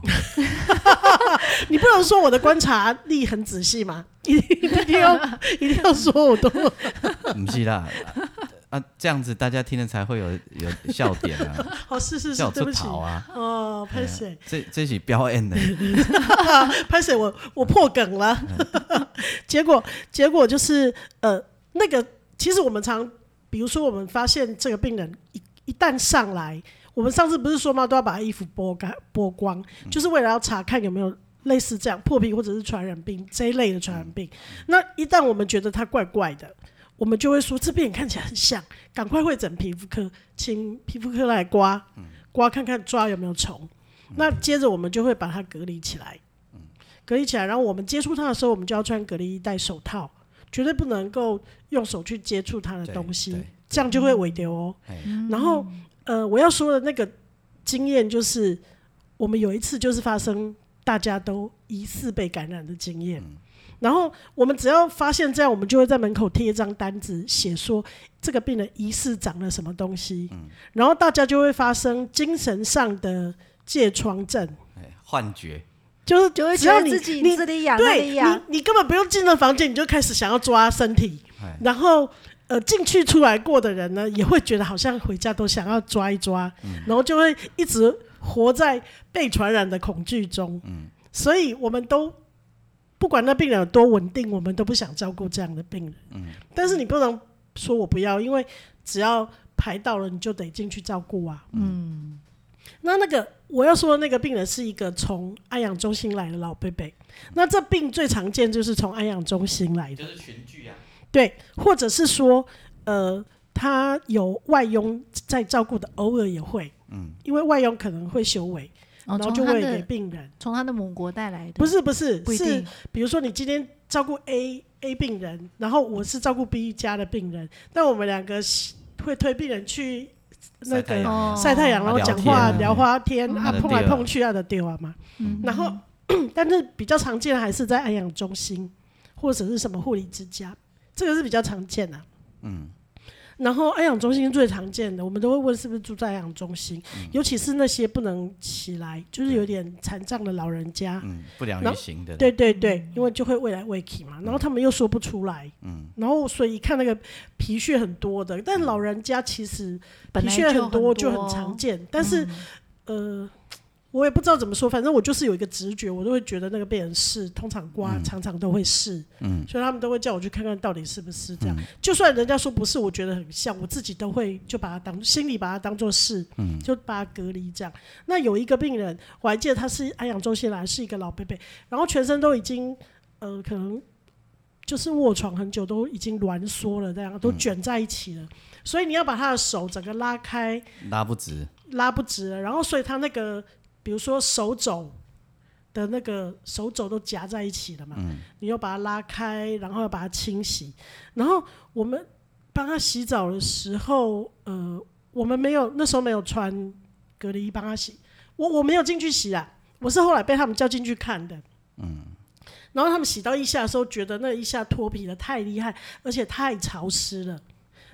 你不能说我的观察力很仔细嘛，一定一定要一定要说我都
不是啦，啊这样子大家听了才会有有笑点啊，
哦，是是是
笑，
对
出
不起，
头啊，
哦，拍谁？
这这是表演的，
拍谁？我我破梗了， 结果结果就是呃，那个其实我们常，比如说我们发现这个病人一一旦上来，我们上次不是说吗？都要把他衣服剥干剥光，就是为了要查看有没有。类似这样破皮或者是传染病这一类的传染病，那一旦我们觉得他怪怪的，我们就会说这病人看起来很像，赶快会诊皮肤科，请皮肤科来刮，刮看看抓有没有虫。那接着我们就会把它隔离起来，隔离起来，然后我们接触它的时候，我们就要穿隔离衣、戴手套，绝对不能够用手去接触它的
对
东西
对，
这样就会尾流哦。
嘿
然后呃，我要说的那个经验就是，我们有一次就是发生大家都疑似被感染的经验。
嗯
然后我们只要发现这样，我们就会在门口贴一张单子，写说这个病人疑似长了什么东西，然后大家就会发生精神上的疥疮症，
嘿幻觉，
就是
就会
只
觉
要
得
你
自己
你
这里痒那
对
里痒，
你，你根本不用进了房间，你就开始想要抓身体
哎，
然后呃进去出来过的人呢，也会觉得好像回家都想要抓一抓，然后就会一直活在被传染的恐惧中。所以我们都不管那病人有多稳定，我们都不想照顾这样的病人。但是你不能说我不要，因为只要排到了，你就得进去照顾啊。嗯，那那个我要说的那个病人是一个从安养中心来的老贝贝。那这病最常见就是从安养中心来的，
就是群聚啊，
对，或者是说，呃，他有外佣在照顾的，偶尔也会，嗯，因为外佣可能会修为，然
哦，
后
从
就
他
会给
的
病人。
从他的母国带来的，
不是不是
不一
是
定，
比如说你今天照顾 A A 病人，然后我是照顾 B 家的病人，但我们两个是会推病人去那
晒太
个
阳啊
哦
晒太阳，然后
聊
讲
天
话
啊
聊花天
嗯
啊，
啊
碰来
对啊
碰去啊的丢啊嘛。
嗯
然后， 但是比较常见的还是在安养中心或者是什么护理之家，这个是比较常见的、嗯。然后安养中心最常见的，我们都会问是不是住在安养中心，尤其是那些不能起来，就是有点残障的老人家。
嗯，不良
然
于
后
行的，
对对对，因为就会喂来喂去嘛，然后他们又说不出来，嗯，然后所以一看那个皮屑很多的，但老人家其实
嗯本
皮
来
屑
就
很
多嗯
就很常见，但是、呃，我也不知道怎么说，反正我就是有一个直觉，我都会觉得那个被人试，通常刮、
嗯
常常都会试，嗯，所以他们都会叫我去看看到底是不是这样，
嗯
就算人家说不是，我觉得很像，我自己都会就把它当心里把它当做是，嗯，就把它隔离这样。那有一个病人，我还记得他是安阳中心来，是一个老伯伯，然后全身都已经呃可能就是卧床很久，都已经挛缩了，这样都卷在一起了，所以你要把他的手整个拉开，
拉不直，
拉不直了，然后所以他那个比如说手肘。的那个手肘都夹在一起了嘛，你又把它拉开，然后要把它清洗，然后我们帮他洗澡的时候，呃，我们没有那时候没有穿隔离衣帮他洗，我我没有进去洗啊，我是后来被他们叫进去看的。嗯，然后他们洗到腋下的时候，觉得那腋下脱皮的太厉害，而且太潮湿了。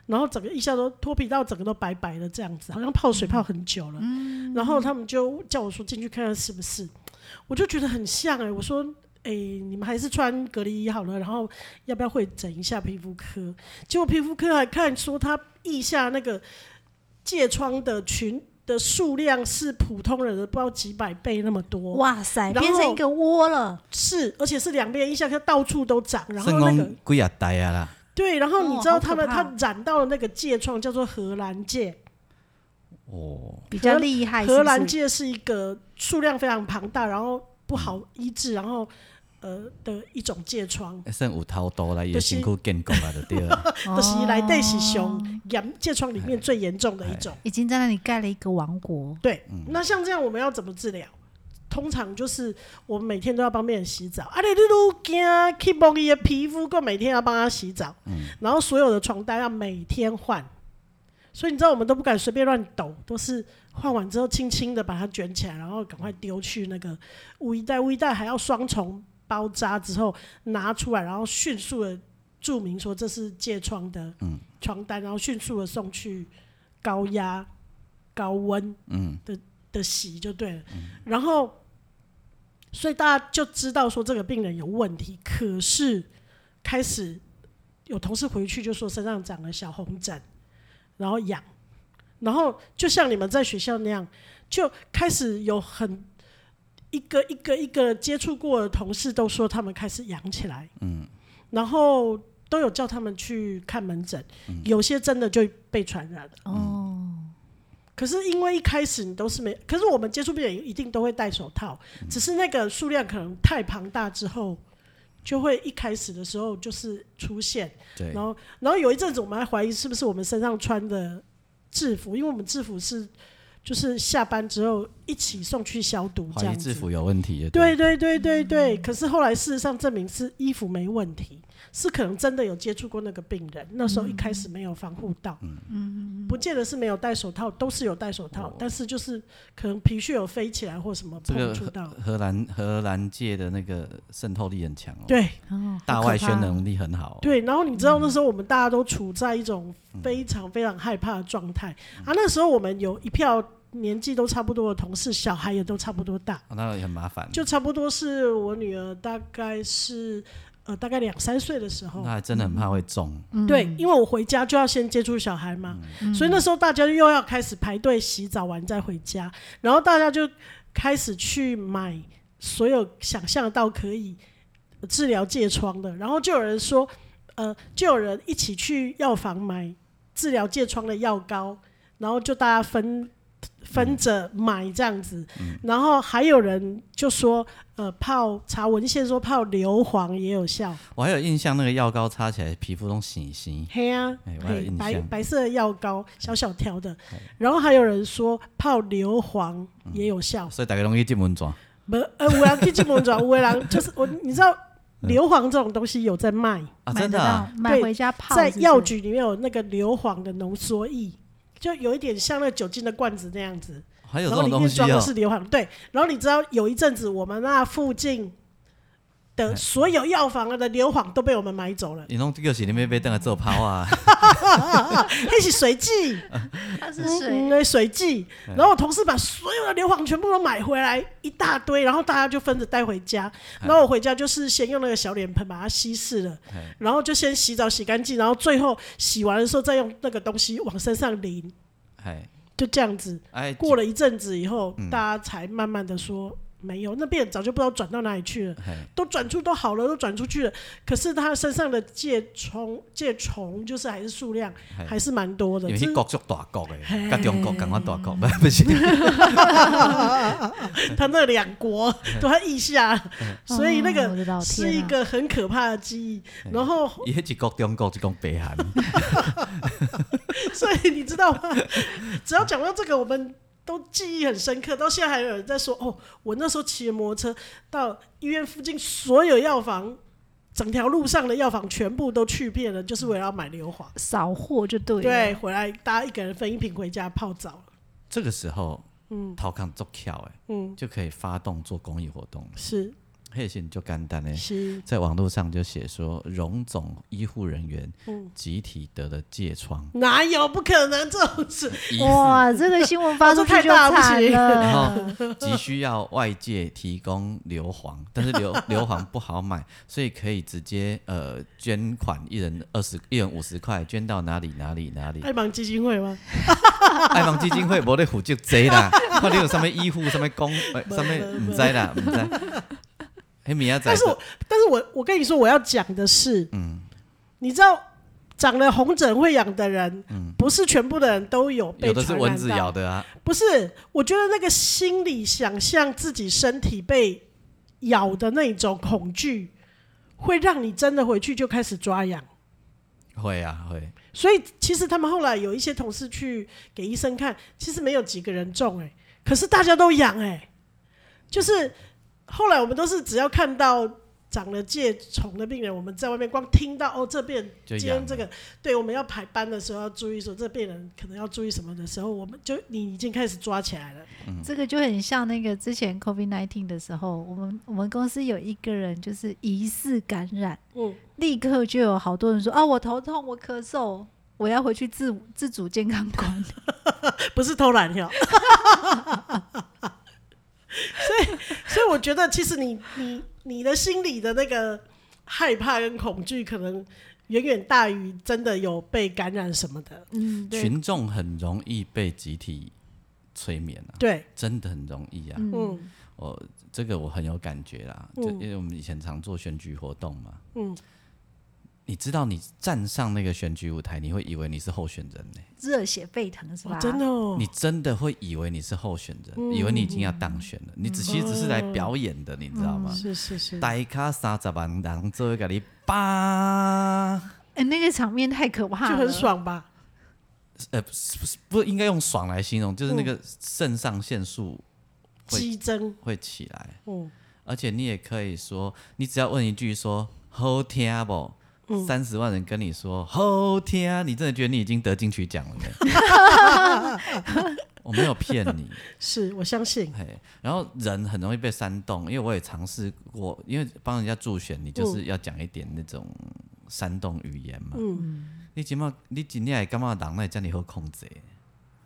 然后整个腋下都脱皮到整个都白白的这样子，好像泡水泡很久了。然后他们就叫我说进去看看是不是，我就觉得很像哎、我说哎、你们还是穿隔离衣好了，然后要不要会诊一下皮肤科？结果皮肤科还看说他腋下那个疥疮的群的数量是普通人的不知道几百倍那么多，
哇塞，
然
变成
后
一个窝了，
是而且是两边腋下它到处都长，然后
算
那个
讲几啊代啊啦，
对，然后你
哦
知道
好
他
可
们、
怕
他染到的那个疥疮叫做荷兰疥，
哦，
比较厉害是不是，
荷兰界是一个数量非常庞大，然后不好医治，然后呃的一种疥疮，
算有头多啦，
就
也
是
辛苦建功啊，就对 了，
哦
都是来对是熊严疥疮里面最严重的一种。
已经在那里盖了一个王国，
对，那像这样我们要怎么治疗？通常就是我们每天都要帮别人洗澡，啊，你你都惊去摸你的皮肤，够每天要帮他洗澡，然后所有的床单要每天换，所以你知道我们都不敢随便乱抖，都是换完之后轻轻的把它卷起来，然后赶快丢去那个污衣袋，污衣袋还要双重包扎之后拿出来，然后迅速的注明说这是疥疮的床单，然后迅速的送去高压、高温
嗯
的洗就对了。然后，所以大家就知道说这个病人有问题，可是开始有同事回去就说身上长了小红疹，然后痒，然后就像你们在学校那样，就开始有很。一个一个一个接触过的同事都说他们开始痒起来，嗯，然后都有叫他们去看门诊，有些真的就被传染了。
哦，
嗯
可是因为一开始你都是没，可是我们接触病人一定都会戴手套，只是那个数量可能太庞大之后，就会一开始的时候就是出现，
对
然，后然后有一阵子我们还怀疑是不是我们身上穿的制服，因为我们制服是就是下班之后一起送去消毒这
怀疑
样
制
子。
服有问题，啊
对，对对对
嗯
对，可是后来事实上证明是衣服没问题，是可能真的有接触过那个病人，那时候一开始没有防护到，嗯，不见得是没有戴手套，都是有戴手套，但是就是可能皮屑有飞起来或什么
这
碰
个
触到，
荷兰荷兰界的那个渗透力很强哦，，
对
哦，
大
好可
外宣
怕
能力很好哦，
对，然后你知道那时候我们大家都处在一种非常非常害怕的状态
嗯
啊，那时候我们有一票年纪都差不多的同事，小孩也都差不多大，
哦，那也很麻烦，
就差不多是我女儿大概是呃大概两三岁的时候
那。还真的很怕会中，
嗯
对，因为我回家就要先接触小孩嘛，所以那时候大家又要开始排队洗澡完再回家，然后大家就开始去买所有想象到可以治疗疥疮的，然后就有人说，呃，就有人一起去药房买治疗疥疮的药膏，然后就大家分。分着买这样子，然后还有人就说，呃，泡查文献说泡硫磺也有效，
我还有印象，那个药膏擦起来皮肤都醒醒，
黑啊
哎，我有
嘿
印
白
象哎
白色的药膏，小小条的。然后还有人说泡硫磺
嗯
也有效，
所以大家容易进门妆。
不，呃，五郎去金门转，五郎就是我，你知道
嗯
硫磺这种东西有在卖，
啊，
买
真
得
的、
到
啊，，
买
对
回家泡
在
是不
药
是
局里面有那个硫磺的浓缩液，就有一点像那酒精的罐子那样子，
还有
然
这
后
种
里
东
面
西
装
哦
的、是硫磺。对，然后你知道有一阵子我们那附近
哎
的所有药房的硫磺都被我们买走
，
了
你弄这个是你妹被当个做泡啊，
那是随剂。
它啊是
嗯
水，
对水剂。然后我同事把所有的硫磺全部都买回来一大堆，然后大家就分着带回家。然后我回家就是先用那个小脸盆把它稀释了
嗯，
然后就先洗澡洗干净，然后最后洗完的时候再用那个东西往身上淋，
哎
就这样子。
哎，
过了一阵子以后，大家才慢慢的说没有，那边早就不知道转到哪里去了。
哎
都转出都好了，都转出去了，可是他身上的疥虫、疥虫就是还是数量
哎
还是蛮多的，
因为
这
那国足大国的，甲中国赶快大 国，不不是，
他那两国都在腋下，所以那
哦我
个
的老
是
天
一
啊
个很可怕的记忆。然后，
伊迄一国中国一国北韩，
所以你知道吗？ 只要讲到这个，我们都记忆很深刻。到现在还有人在说：“哦，我那时候骑着摩托车到医院附近所有药房，整条路上的药房全部都去遍了，就是为了要买硫磺。
扫货就”对了。啊
对，，回来大家一个人分一瓶回家泡澡。
这个时候，嗯，头壳足巧诶，
嗯，
就可以发动做公益活动，
是
迄时就简单诶。
是，
在网络上就写说，荣总医护人员
嗯
集体得了疥疮，
哪有不可能这种事？
疑似
哇，这个新闻发
这
出
嗯太
去就
大了不
惨
行
然
了。
后急需要外界提供硫磺， 但是硫硫磺不好买，所以可以直接呃捐款，一人二十，一人五十块，捐到哪里哪里哪里。
爱盲基金会吗？
爱盲基金会无咧负责这 啦，看你有什么医护、什么公、呃什么，唔知啦，唔知。嘿，明仔载
但是我，但是我，我跟你说，我要讲的是，
嗯
你知道长了红疹会痒的人，不是全部的人都有被
嗯有的是
传
蚊
染
子
到
咬，的啊，
不是？我觉得那个心理想象自己身体被咬的那种恐惧，会让你真的回去就开始抓痒。
会啊会。
所以其实他们后来有一些同事去给医生看，其实没有几个人中哎、可是大家都痒哎、就是后来我们都是只要看到长了疥虫的病人，我们在外面光听到哦，这病人
就
今
痒
天
了
这个，对，我们要排班的时候要注意说这病人可能要注意什么的时候，我们就你已经开始抓起来了。
嗯
这个就很像那个之前 COVID nineteen 的时候，我们我们公司有一个人就是疑似感染，
嗯，
立刻就有好多人说啊，我头痛，我咳嗽，我要回去自自主健康管理。
不是偷懒哟。 所以，所以我觉得，其实你你你的心里的那个害怕跟恐惧，可能远远大于真的有被感染什么的。
嗯，对，
群众很容易被集体催眠啊，
对，
真的很容易啊。
嗯，
嗯
我这个我很有感觉啦，就
嗯
因为我们以前常做选举活动嘛，
嗯，
你知道你站上那个选举舞台，你会以为你是候选人呢、
热血沸腾是吧？
哇，真的哦
你，真的会以为你是候选人，以为你已经要当选了，你只其实只是来表演的，你知道吗？
是是是，
大咖三十万人做一个你吧，
哎、那个场面太可怕了，
就很。爽吧？
呃，不是不是不应该用爽来形容，就是那个肾上腺素会
激增，
会起来，
嗯，
而且你也可以说，你只要问一句说好听不？三十万人跟你说好听啊，你真的觉得你已经得金曲奖了没？我没有骗你，
是我相信，
嘿，然后人很容易被煽动，因为我也尝试过，因为帮人家助选，你
嗯
就是要讲一点那种煽动语言嘛。
嗯
你今嘛，你今天也干嘛人来叫你喝控制？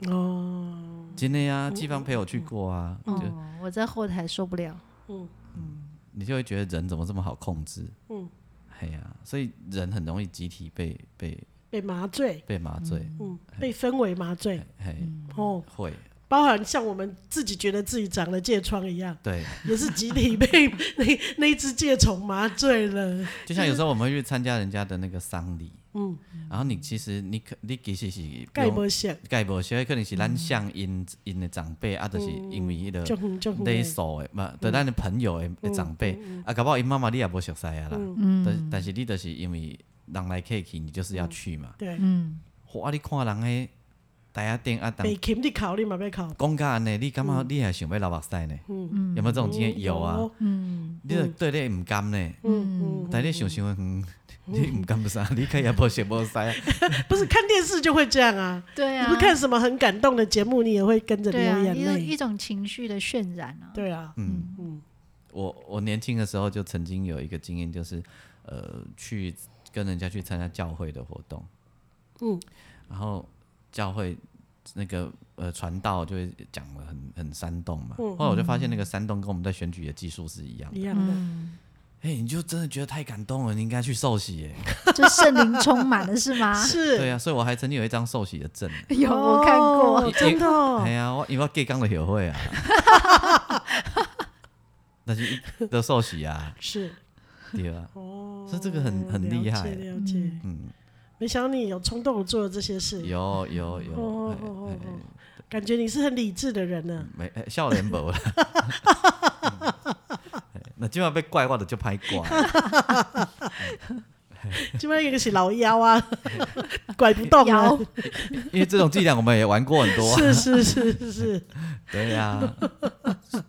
哦，真的
嗯
呀、啊，季芳陪我去过啊，就
哦，我在后台受不了。
你就会觉得人怎么这么好控制？
嗯
嗯，哎呀、所以人很容易集体被被
被麻醉，
被麻醉，
嗯，被氛围麻醉，
嘿，
哦，
会
包含像我们自己觉得自己长了疥疮一样，
对，
也是集体被 那那一只疥虫麻醉了。
就像有时候我们会去参加人家的那个丧礼，嗯，然后你其实你可你其实是
盖
用
不响，
盖无小，可能是咱乡因因的长辈啊，就是因为迄
就
个
很就很
类属的嘛，对咱的朋友的的长辈啊，搞不好因妈妈你也无熟悉啊啦，但但是你就是因为人来客去，你就是要去嘛。
对，
嗯，
哇，你看人迄大家店啊，当
被擒的考虑嘛被考。
讲甲安尼，你感觉你也想要流目屎呢？有没有这种经验？有啊，，
哦
嗯
你就对你毋甘呢，
嗯
但你想想，嗯，你毋甘啥？你看也无熟无塞，
嗯，不是看电视就会这样啊。
对
你
啊，
不看什么很感动的节目，你也会跟着流
对啊，
眼
一种一
泪。
种情绪的渲染啊。
对啊，
嗯嗯，我我年轻的时候就曾经有一个经验，就是呃，去跟人家去参加教会的活动，
嗯，
然后教会那个呃传道就会讲的很很煽动嘛，
嗯
后来我就发现那个煽动跟我们在选举的技术是一样的，
一样
嗯
的。
哎、你就真的觉得太感动了，你应该去受洗耶，
就圣灵充满了是吗？
啊 是，
对啊，所以我还曾经有一张受洗的证，
有我看过，
哦真的哦
哎。呀、我因为我 gay 刚的协会 啊，但是一都受洗啊，
是
对啊，
哦，
所以这个很很厉害
了解了解。
嗯，
没想到你有冲动做这些事，
有有有，
哦
哎
哦哦
哎
哦感觉你是很理智的人呢。
没哎少年 无啦，嗯那今晚被怪我的就拍怪，
基本上一个是老妖 啊， 拐不动啊
摇。
因为这种伎俩我们也玩过很多，啊
是是是是，
对呀，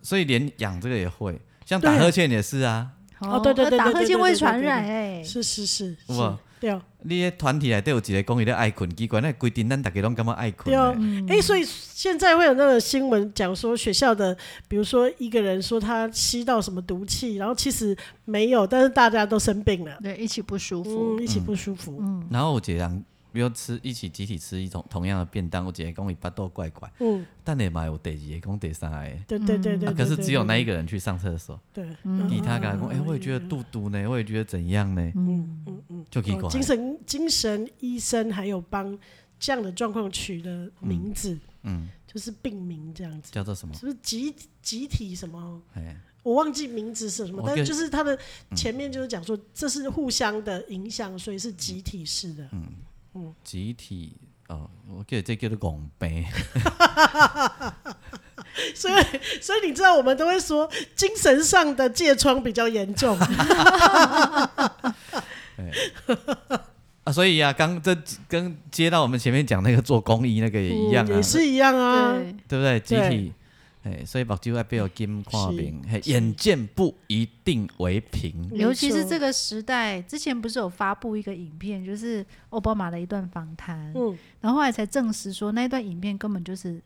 所以连养这个也会，像打
对
呵欠也是啊，
哦对对对对
打
对
呵
对
欠
对
会
对
传
对
染
对
哎，
是是是
有
是
无，
对哦
你的团体内底有一个讲伊咧爱困，奇怪，那规定咱大家拢感觉爱困
对哦
的，。
嗯
哎，所以现在会有那种新闻讲说学校的，比如说一个人说他吸到什么毒气，然后其实没有，但是大家都生病了，
对，一起不舒服。
嗯，一起不舒服，
然后有一个人，比如吃一起集体吃一种同样的便当，有一个讲伊巴肚怪怪，
嗯，
但你嘛有第二个讲第三个。
对对对对
啊
对，
可是
对
只有那一个人去上厕所，
对，嗯
其他跟他讲，哎、我也觉
得，
得肚肚呢，我也觉得怎样呢，
嗯嗯嗯，
就奇怪
哦。精神精神医生还有帮这样的状况取了名字，
嗯，
就是病名这样子，
叫做什么？
是不是集集体什么？
哎，
我忘记名字是什么，
我
但是
跟
就是它的前面就是讲说这是互相的影响，所以是集体式的。
嗯集体哦，我记得这叫做拱杯， 嗯
所以，所以你知道我们都会说精神上的疥疮比较严重，
啊，所以呀、啊，刚这跟
嗯
接到我们前面讲那个做公益那个也一样啊，
也是一样啊。
对，
对不对？集体嘿，所以目睭爱比较金看
是
病，嘿，眼见不一定为凭。
尤其是这
个，
个时代，之前不是有发布一个影片，就是奥巴马的一段访谈，
嗯，
然后后来才证实说那一段影片根本就是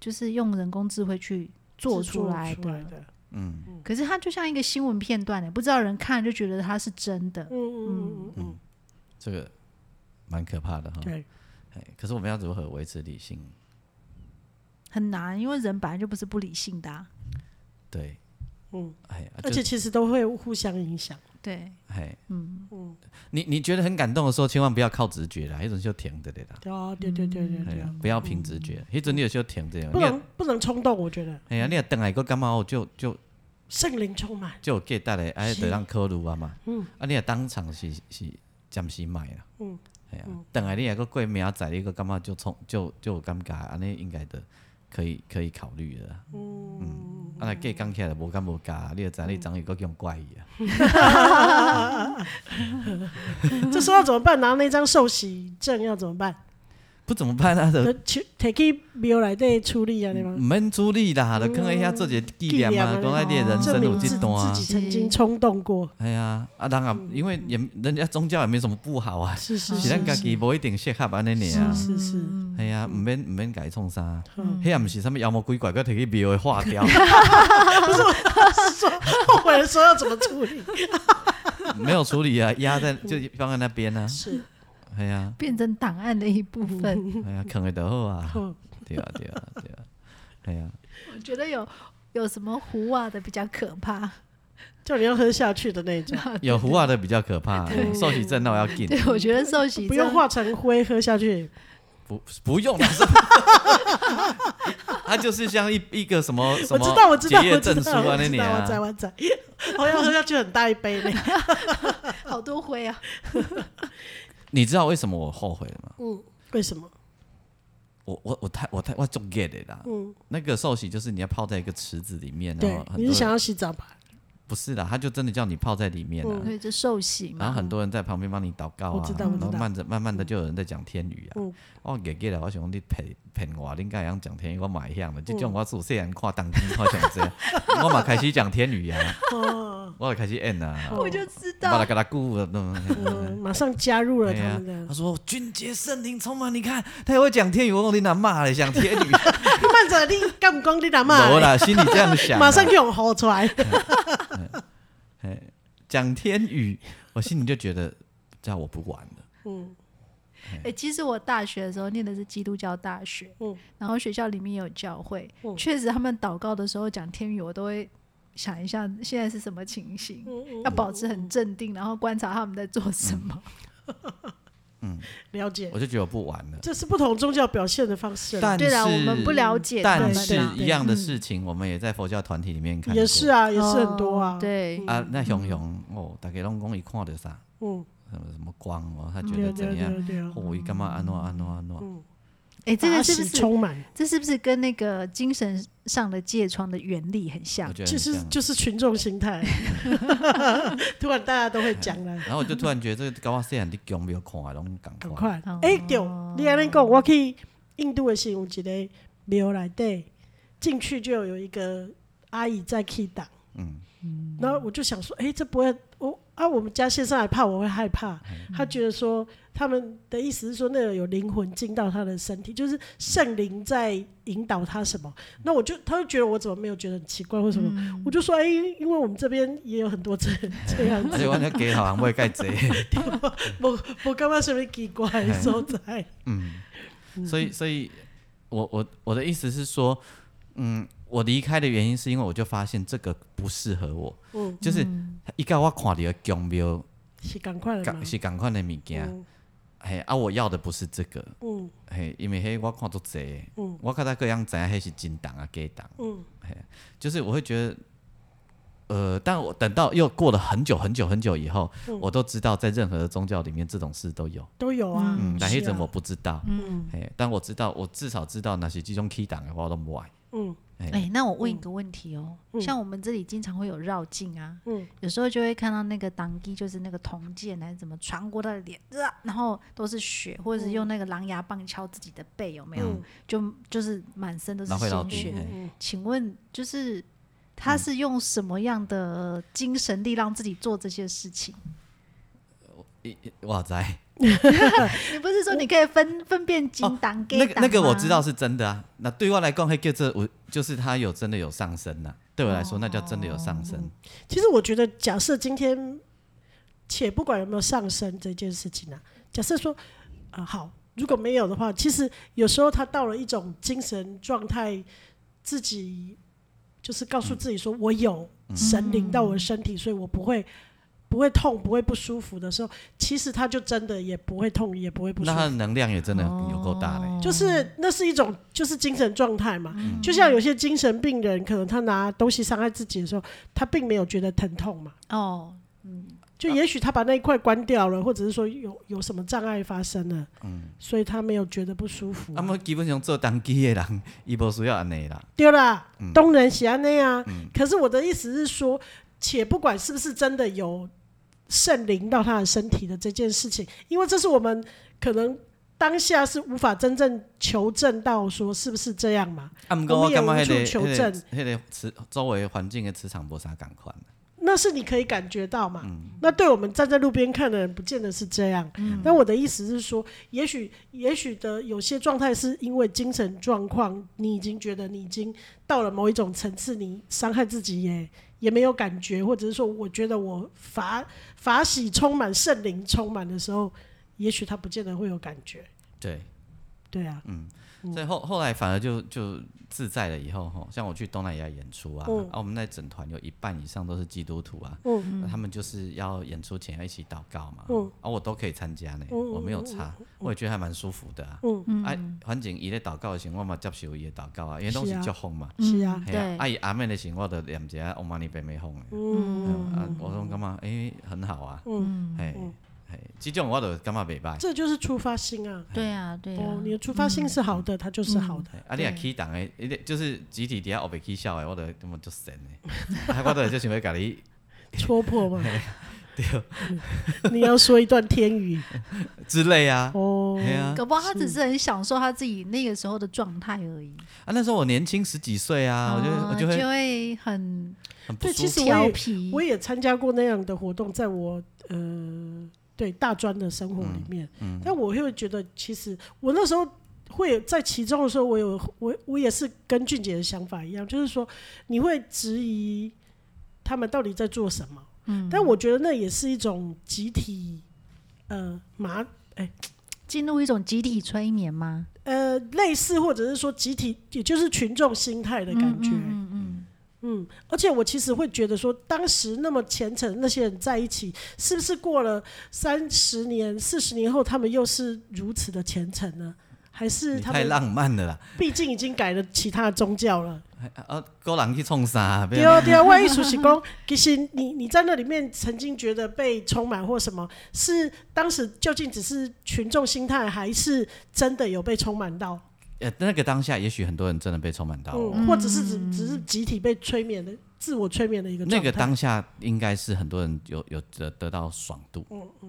就是用人工智慧去做
制作
出来
出来
的。
的，
嗯，
可是它就像一个新闻片段，欸不知道人看就觉得它是真的。
嗯嗯嗯嗯，
这个蛮可怕的哈。
对，
嘿可是我们要如何维持理性？
很难，因为人本来就不是不理性的、啊。
对，
嗯，
哎，啊
而且其实都会互相影响，
对，
就哎，
嗯，
嗯，
你你觉得很感动的时候，千万不要靠直觉啦，一种就停着的啦。
对啊，对对对对
哎
对啊，，
呀不要凭直觉，迄阵你有时候停着，
不
你
能
若
不能冲动，我觉得
哎呀，你若等来个感冒就就
圣灵充满，
就有价值嘞，哎，
是
得让考虑啊嘛。
嗯
啊，你若当场是是暂时买啦。
嗯，
哎呀，等来你若个过明仔载，你个感觉就冲就就有感觉，安尼应该的可以可以考虑的啦。嗯，啊，若计讲起来就无干无假，你就知你长有个叫怪伊啊。
这时候怎么办？拿那张受洗证要怎么办？
不怎么办啊？就
去 take bill 来对处理啊，对
毋
吗？
免处理啦，就放喺遐做一个纪念
纪念
啊，
啊
讲爱你的人
证
生有
明
这
自
段啊
自。己曾经冲动过，
哎呀，啊，人啊，因为也人家宗教也没什么不好啊，
是是
是咱家
是
己无一定适合安尼尔啊
是。是是，
哎呀，毋免毋免家己创啥，
嗯
迄也毋是啥物妖魔鬼怪，佮摕去庙诶 化掉，
后悔的时候要怎么处 理？
没有处理啊，压在就放在那边啊。
是，
哎呀，
变成档案的一部分。
哎呀，坑诶就好 啊
嗯。
对啊，对啊，对啊。哎 呀，
我觉得有有什么胡啊的比较可怕。
就你要喝下去的那种，
有胡话的比较可怕，啊受洗证那我要紧，啊
对，我觉得受洗
不用
真
化成灰喝下去，
不不 用啦，是 它就是像一一个什么什
我
么
知道，我知道，
结
我
业
知
证书
道，
啊
我
那
知
里
道，我
啊
在，，我在， 我要喝下去很大一杯呢。
好多灰啊。
你知道为什么我后悔了吗？
嗯，为什么？
我我我太我太我就 get 的啦。
嗯，
那个寿喜就是你要泡在一个池子里面，然
对
哦后，很
你
多
是想要洗澡吧？
不是啦，他就真的叫你泡在里面
嗯
啊，
对，就受洗嘛。
然后很多人在旁边帮你祷告
我
啊
知，道
然
我知
后
道
慢着慢慢的就有人在讲天语啊
嗯。
我 get get 了，我想讲你骗骗我，你应该会晓讲天语，我嘛会晓的。
嗯
这种我自细汉看当机看上这， 我嘛开始讲天语啊，
哦，
我就开始演啊，
我就知
巴拉
道，
嘎拉咕的。
嗯，马上加入了
对
他
哎呀
们，的
他。说：“哦俊杰圣灵充满，你看他也会讲 天语，我讲你哪骂嘞，讲天语，
慢着，你干不光你打
我
骂，
啦，心里这样 想啊，
马上给我吼出来。
讲天语，我心里就觉得，这样我不玩了。
嗯，
哎，其实我大学的时候念的是基督教大学
嗯，
然后学校里面有教会
嗯，
确实他们祷告的时候讲天语，我都会想一下现在是什么情形，
嗯
要保持很镇定，然后观察他们在做什么。
了解
我，就觉得我不玩了。
这是不同宗教表现的方式啦。
嗯但
对
是，
啦，我们不了解他
但
们
是
啦。
一样的事情，我们也在佛教团体里面看过，
也是啊，也是很多啊。
哦，对，
啊。那熊熊哦，大家拢讲一看到啥，
嗯，
什么什么光哦，他觉
对
得
啊对啊
怎样
对？啊对啊，
哦，伊干嘛安诺安诺安诺？
嗯，
哎，这
把
个
它
是不
洗
是
充满？
这是不是跟那个精神上的疥疮的原理很像
我？觉得
其
很
实
像。
就是群众心态， 突然大家都会讲了，
然后我就突然觉得，这个跟我细汉伫宫庙看的拢
赶
共款。
快
哦！
哎，对，你安尼讲，我去印度的时候有一个庙内底进去就有一个阿姨在 key 档，
嗯，
然后我就想说，哎，这不会我啊，我们家先生还怕我会害怕，他觉得说他们的意思是说那个有灵魂进到他的身体，就是圣灵在引导他什么，那我就他就觉得我怎么没有觉得很奇怪，为什么？我就说，哎，因为我们这边也有很多这这样
而
子
且，我那给好像不会盖济。
我我感觉什么奇怪的所在？嗯
所以，所以我我我的意思是说，嗯，我离开的原因是因为我就发现这个不适合我，
嗯，
就是一个我看到的宫庙
是赶快了吗
同？是同款的物件，
嗯
嘿、啊，我要的不是这个，
嗯
嘿，因为嘿我看足济，
嗯
我看到各样知影嘿是真档啊假档，
嗯
就是我会觉得。呃，但我等到又过了很久很久很久以后，
嗯
我都知道在任何的宗教里面这种事都有。
都有啊。
嗯，但
是
黑阵
啊
我不知道，
嗯
嘿，但我知道，我至少知道那些集中 key 档的话我都不爱。
嗯
哎、
哎、那我问一个问题哦，像我们这里经常会有绕境啊，
嗯
有时候就会看到那个当机就是那个铜剑还是怎么穿过他的脸，啊然后都是血，或者是用那个狼牙棒敲自己的背，有没有？
嗯
就就是满身都是
拿回老
鲜
底
血。
哎
嗯
请问，就是
嗯
他是用什么样的精神力让自己做这些事情？
哇塞，
你不是说你可以分分辨金党给
哦那个那个我知道是真的啊。那对我来讲，那个这我就是他有真的有上升呐、对我来说，那叫真的有上
哦
升。
其实我觉得，假设今天，且不管有没有上升这件事情啊，假设说，啊、好，如果没有的话，其实有时候他到了一种精神状态，自己就是告诉自己说，我有
嗯
神灵到我的身体，所以我不会。不会痛，不会不舒服的时候，其实他就真的也不会痛，也不会不舒哦
那他的
服。
能量也真的有够大嘞、
就是那是一种就是精神状态嘛。就像有些精神病人，可能他拿东西伤害自己的时候，他并没有觉得疼痛嘛。
哦，
就也许他把那一块关掉了，或者是说有有什么障碍发生了，所以他没有觉得不舒服
啊，。么基本上做当机的人， 伊无需要安尼啦。
对啦，东人喜欢那样。啊可是我的意思是说，且不管是不是真的有圣灵到他的身体的这件事情，因为这是我们可能当下是无法真正求证到说是不是这样嘛。
啊，毋过我感觉迄、
我们也无处
个、迄、
求
个
证、
迄、个磁周围环境的磁场无啥共款。
那是你可以感觉到嘛。
嗯
那对我们站在路边看的人，不见得是这样。那我的意思是说，也许也许的有些状态是因为精神状况，你已经觉得你已经到了某一种层次，你伤害自己也也没有感觉，或者是说，我觉得我法法喜充满圣灵充满的时候，也许他不见得会有感觉。
对，
对啊，
嗯
所以后后来反而就就自在了。以后吼，像我去东南亚演出啊，
嗯
啊，我们那整团有一半以上都是基督徒啊，
嗯
那他们就是要演出前要一起祷告嘛，
嗯
啊，我都可以参加呢，
嗯
我没有差，我也觉得还蛮舒服的啊。
嗯，
啊，反正伊咧祷告的时候，我嘛接受伊的祷告啊，因为拢
是
是
啊
足风嘛。
是啊
嗯，
嘿啊
对，
啊伊阿妹的时候，我就念一下唵嘛呢呗咪吽的，
嗯，
啊，我拢感觉诶很好啊，
嗯
嘿，嘿，这种我就感觉袂歹。
这就是出发心啊。
哎
对啊，对啊嗯
哦，，你的出发心是好的，它就是好的。
嘿啊，你若起动的，你就是集体底下后被起笑的，我就根本就神 的，啊，我就就想要甲你，
戳破嘛。
对
你要说一段天语
之类啊，
哦。
嘿啊，
搞不好他只是很享受他自己那个时候的状态而已。
啊那时候我年轻十几岁啊，我就
哦
我就会
很
很不
对，其
舒服，
实我
调
也啊
皮，
我也参加过那样的活动，在我呃对大专的生活里面，但我会觉得，其实我那时候会有在其中的时候，我有我我也是跟俊杰的想法一样，就是说你会质疑他们到底在做什么，嗯，但我觉得那也是一种集体呃麻
进入一种集体催眠吗？
呃，类似或者是说集体，也就是群众心态的感觉。嗯嗯而且我其实会觉得说，当时那么虔诚那些人在一起，是不是过了三十年、四十年后，他们又是如此的虔诚呢？还是
你
他
太
们
浪漫了啦，
毕竟已经改了其他的宗教 了？
啊，个人去创啥？不
对
要
啊对啊，万一熟悉公，其实你你在那里面曾经觉得被充满或什么，是当时究竟只是群众心态，还是真的有被充满到？
呃，
哦
那个当下也许很多人真的被充满到了，
嗯，或者是只只是集体被催眠的自我催眠的一个
那个
状态
当下应该是很多人有有得得到爽度，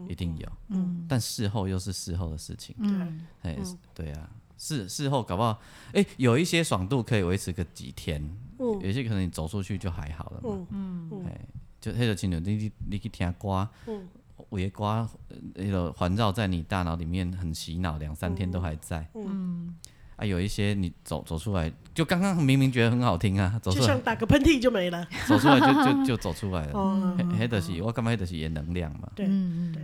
一定有，
嗯
但事后又是事后的事情，
嗯，
哎、对啊，事事后搞不好，哎、有一些爽度可以维持个几天，
嗯
有些可能你走出去就还好了嘛，嗯，哎、就那个情侣，你你你去听歌，
嗯
有的歌呃那个环绕在你大脑里面很洗脑，两三天都还在，嗯，啊，有一些你走走出来，就刚刚明明觉得很好听啊，走
就
出来
像打个喷嚏就没了。
走出来就就就走出来了，
哦，
迄就是我感觉迄就是伊能量嘛，
对，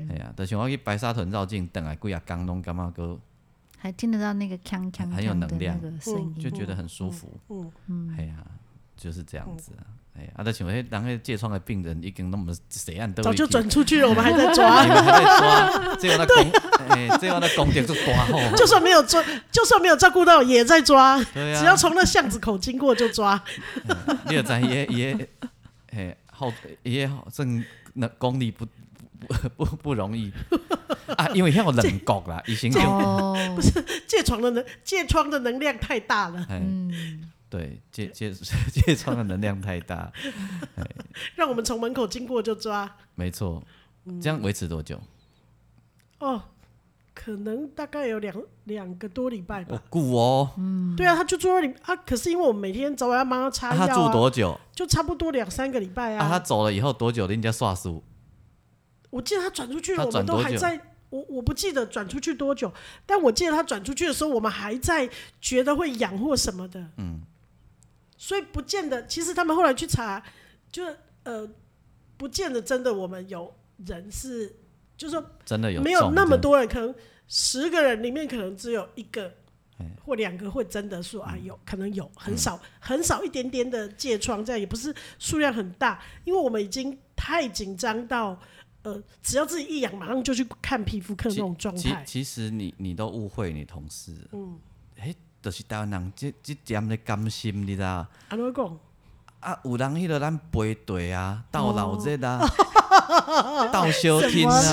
哎呀，但是我去白沙屯绕境，等来几啊工拢感觉个
还听得到那个锵锵
很有
锵的
能
那
量
个声音，
就觉得很舒服。
嗯哦
哎呀，就是这样子啊。哎，啊，但请问，人迄疥疮的病人已经那么谁按都
早
已
就
经
转出去了，我们还在
哎
抓。
还在抓， 这个那功，哎，这个那功点就抓吼。
就算没有抓，就算没有照顾到，也在抓。
对
只要
啊，
从那巷子口经过就抓。
你也知也也，哎，好也好正那功力不不不不容易啊，因为遐有冷国啦，以前就
哦，
疥疮的能疥疮的能量太大了，
哎，对，揭 揭揭穿的能量太大，
让我们从门口经过就抓。
没错。
嗯
这样维持多久？
哦，可能大概有两两个多礼拜
我
吧。
顾哦，
对啊，他就坐在里啊，可是因为我们每天早晚要帮他擦
啊
药、啊
他住多久？
就差不多两三个礼拜
啊，他走了以后多久？人家刷书，
我记得他转出去，
他
我
转
们都
多
还
久
在。我我不记得转出去多久，但我记得他转出去的时候，我们还在觉得会痒或什么的。嗯，所以不见得，其实他们后来去查，就是呃，不见得真的我们有人是，就是说
真的有
没有
中
那么
这样
多人，可能十个人里面可能只有一个
哎
或两个会真的说啊
嗯
有，可能有很少很少一点点的疥疮，这样也不是数量很大，因为我们已经太紧张到呃，只要自己一痒，马上就去看皮肤科那种状
其
态。
其实你你都误会你同事，嗯，嘿，就是台湾人这这点咧甘心，你知道？
阿罗讲，
啊，有人迄个咱背地啊，斗闹热啊， 斗小天
怎么
啊，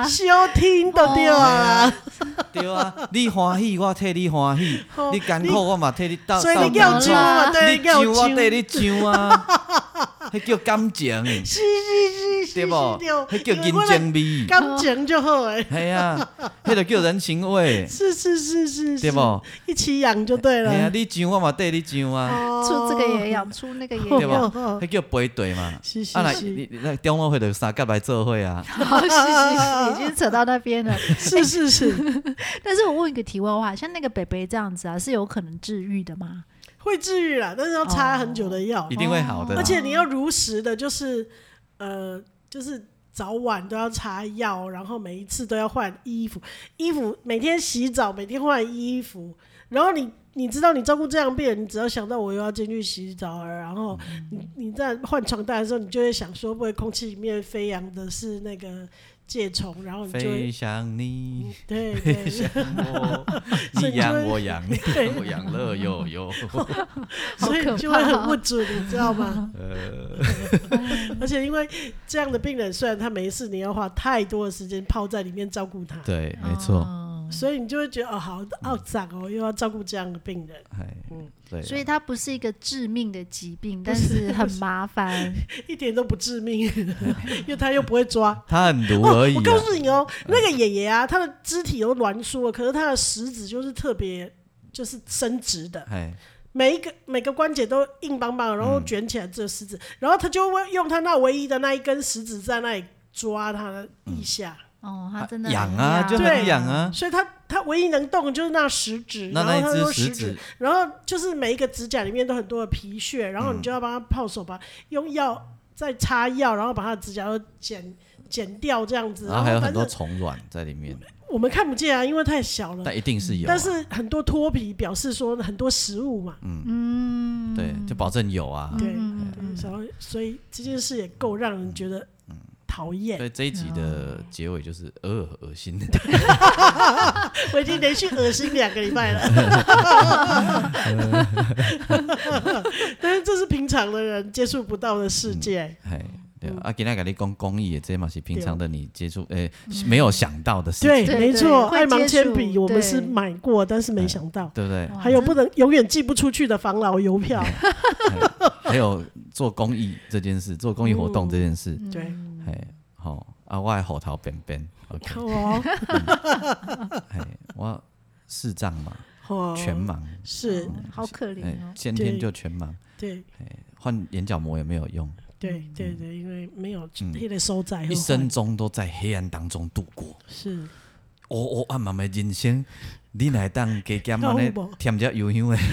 啦
是哦，休听都对啊，
对啊，你欢喜我替你欢喜，你艰苦我嘛替你斗
所以
斗
你要
怎
揪
么
啊，
啦
对，
你
要
上
揪，
我替你 上啊，迄叫感情，
是是是是是，
对无？
对
迄叫人
我来
情味，
感情就好哎，
系啊，迄就叫人情味，
是是是是，
对
是
无？
一起养就对哦
哎呀，
了。
你上我嘛替你上啊，
出这个也养，出那个也
对
养，
吧？迄叫背地嘛。
是是
啊，来，
是哦
你你 来中午会就三甲来做会啊，
好，哦是是是，已经扯到那边了。
是是是，
但是我问一个题外话，像那个北北这样子啊，是有可能治愈的吗？
会治愈啦，但是要擦很久的药
一，定会好的啦。
而且你要如实的，就是呃，就是早晚都要擦药，然后每一次都要换衣服，衣服每天洗澡，每天换衣服，然后你。你知道，你照顾这样病人，你只要想到我又要进去洗澡了，然后
嗯
你你在换床单的时候，你就会想说，会不会空气里面飞扬的是那个疥虫，然后你就
飞
会
向你，
对对
想 我，
所以
你
你就会
养 我养你，我养乐悠悠。
好
所以
可
你就会
怕
很
哦
不准，你知道 吗？
呃，
而且因为这样的病人，虽然他没事，你要花太多的时间泡在里面照顾他，
对，嗯没错，
哦
所以你就会觉得哦，好懊丧哦，又要照顾这样的病人，
哎，对，
所以它不是一个致命的疾 病，但是很麻烦。
一点都不致命， 因为他又不会抓。
他很毒
哦
而，已
我
啊。
告诉你哦，那个爷爷啊，他的肢体都挛缩了，可是他的食指就是特别就是伸直的，
哎，
每一个每个关节都硬邦邦的，然后卷起来这个食
嗯
指，然后他就会用他那唯一的那一根食指在那里抓他的腋下。
哦，它真的
痒
很
啊，就很
对
痒啊。
所以他他唯一能动的就是那食指，
那
然后
那
他
一
说
只食
食
指，
然后就是每一个指甲里面都很多的皮屑，然后你就要帮他泡手吧，用药再擦药，然后把他的指甲都剪剪掉这样子。
然后还有很
反
多
正
虫卵在里面，
我们看不见啊，因为太小了。
但一定是有啊。
但是很多脱皮表示说很多食物嘛，
嗯，
对，就保证有啊。
对，
嗯
对然后所以这件事也够让人觉得讨厌。
对，这一集
嗯
的结尾就是呃恶心。
我已经连续恶心两个礼 拜了。但是这是平常的人接触不到的世界。
哎，对
嗯
啊，啊，今天跟你讲公益的，这嘛是平常的你接触，诶、没有想到的事情，
哦嗯对，
对
没错，
会
爱盲
接
铅
触
笔我们
对
是买过，但是
嗯
没想到。
对不对？
哇
还有不能永远寄不出去的防老邮票，
还有做公益这件事，做公益活动这件事，
嗯
对，
哎、好、啊，我的虎头边边，OK，
哦，
哎，我视障嘛，
哦
全盲，
是，
好可怜
哎
哦，。
先天就全盲，
对，
换眼角膜也没有用，
对，对，对，因为没有
嗯
那个收窄，
一生中都在黑暗当中度过，
是
黑黑暗暗的啊人生，你来当加减安
有
尼
无
添只油香的，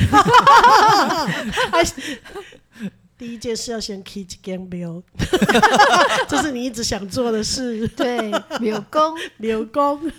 第一件事要先 k i t game bill，这是你一直想做的事，
对，柳工，
柳工，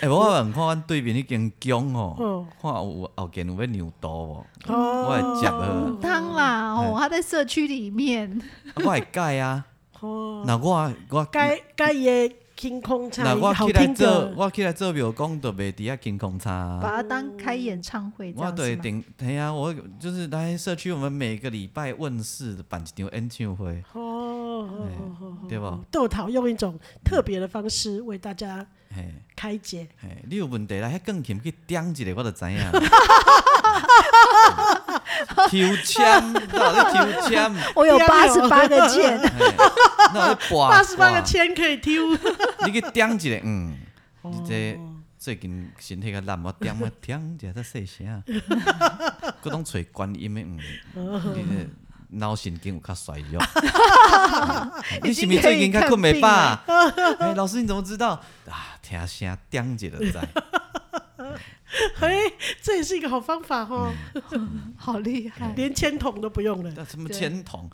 哎、我有看阮对面迄间姜哦，
哦，
看有后间有要牛肚无？
哦
我会接好，
当 啦
嗯
哦，他在社区里面，
啊我会改啊。
哦，
那我我
该该也清空
那
才
我
好
起来
听
做，
的，
我起来做庙公，就袂伫遐金空差
把
啊。
它当开演唱会这
我
样
对
子吗。
顶，对啊，我就是来社区，我们每个礼拜问世办一场演唱会，
哦，哦
哎
哦哦哦，
对吧？
豆桃用一种特别的方式为大家
嘿，
开解，
嘿，你有问题来，迄钢琴去点一个，我就知影。 抽签，那咧抽签，
我有
第
八
二
十
秒
八 个键，
嘿那咧拔
八十八个，签哦可以丢。
拔你去点一个，嗯，你这最近身体较烂，我点我点一下才细声，各拢找观音的，
哦
嗯，你这脑神经有较衰 弱。嗯你是不是最近较困袂饱？哎，老师你怎么知道？啊，听声点一 下就知。
嘿，这也是一个好方法哦，
好厉
嗯
害，
连签筒都不用了。
那什么
对
签筒？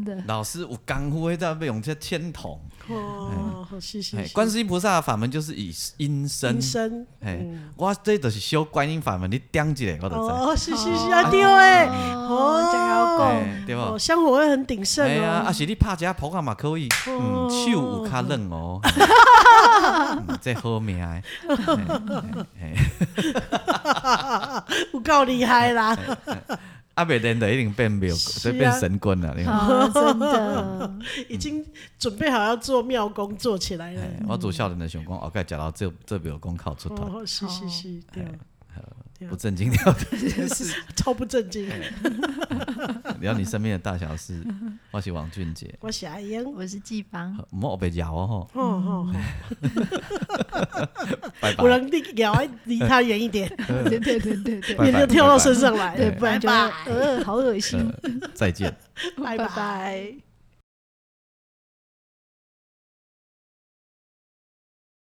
的。
老师有功夫的，在要用这签筒。哎
哦，好，谢谢
嘿。观世音菩萨的法门就是以音声
音。声，
嘿，我这就是修观音法门，你点一下我就知。
嗯哦，是是是，啊丢哎，
哦，这
哦
个
嘿哎对
哦，
不？
香火会很鼎盛
哎呀，
哦
啊。是你拍一下扑克嘛可以，嗯，手有较软 哦。嗯这好命的。嘿嘿嘿
有够厉害啦！
哎 啊，袂练就一定变庙，
是
就
啊
变神棍了。你看，
哦，真的，
已经准备好要做妙工做起来了
嘿。我做少年的想讲，后盖食到这这庙公靠出头，
哦，是是是，对，
哎
对啊
不正经了 这件事。
超不正经。
哎聊你身边的大小事，我是王俊杰。
我是阿英，哦
我是季芳，
唔好被咬哦吼，
哦，哦
拜
我
拜。
让你聊，离他远一点，
对对对对对
拜拜
免得跳到身上来。
对，不然就会
拜拜
呃，好恶心，
呃，再见。
拜
拜拜。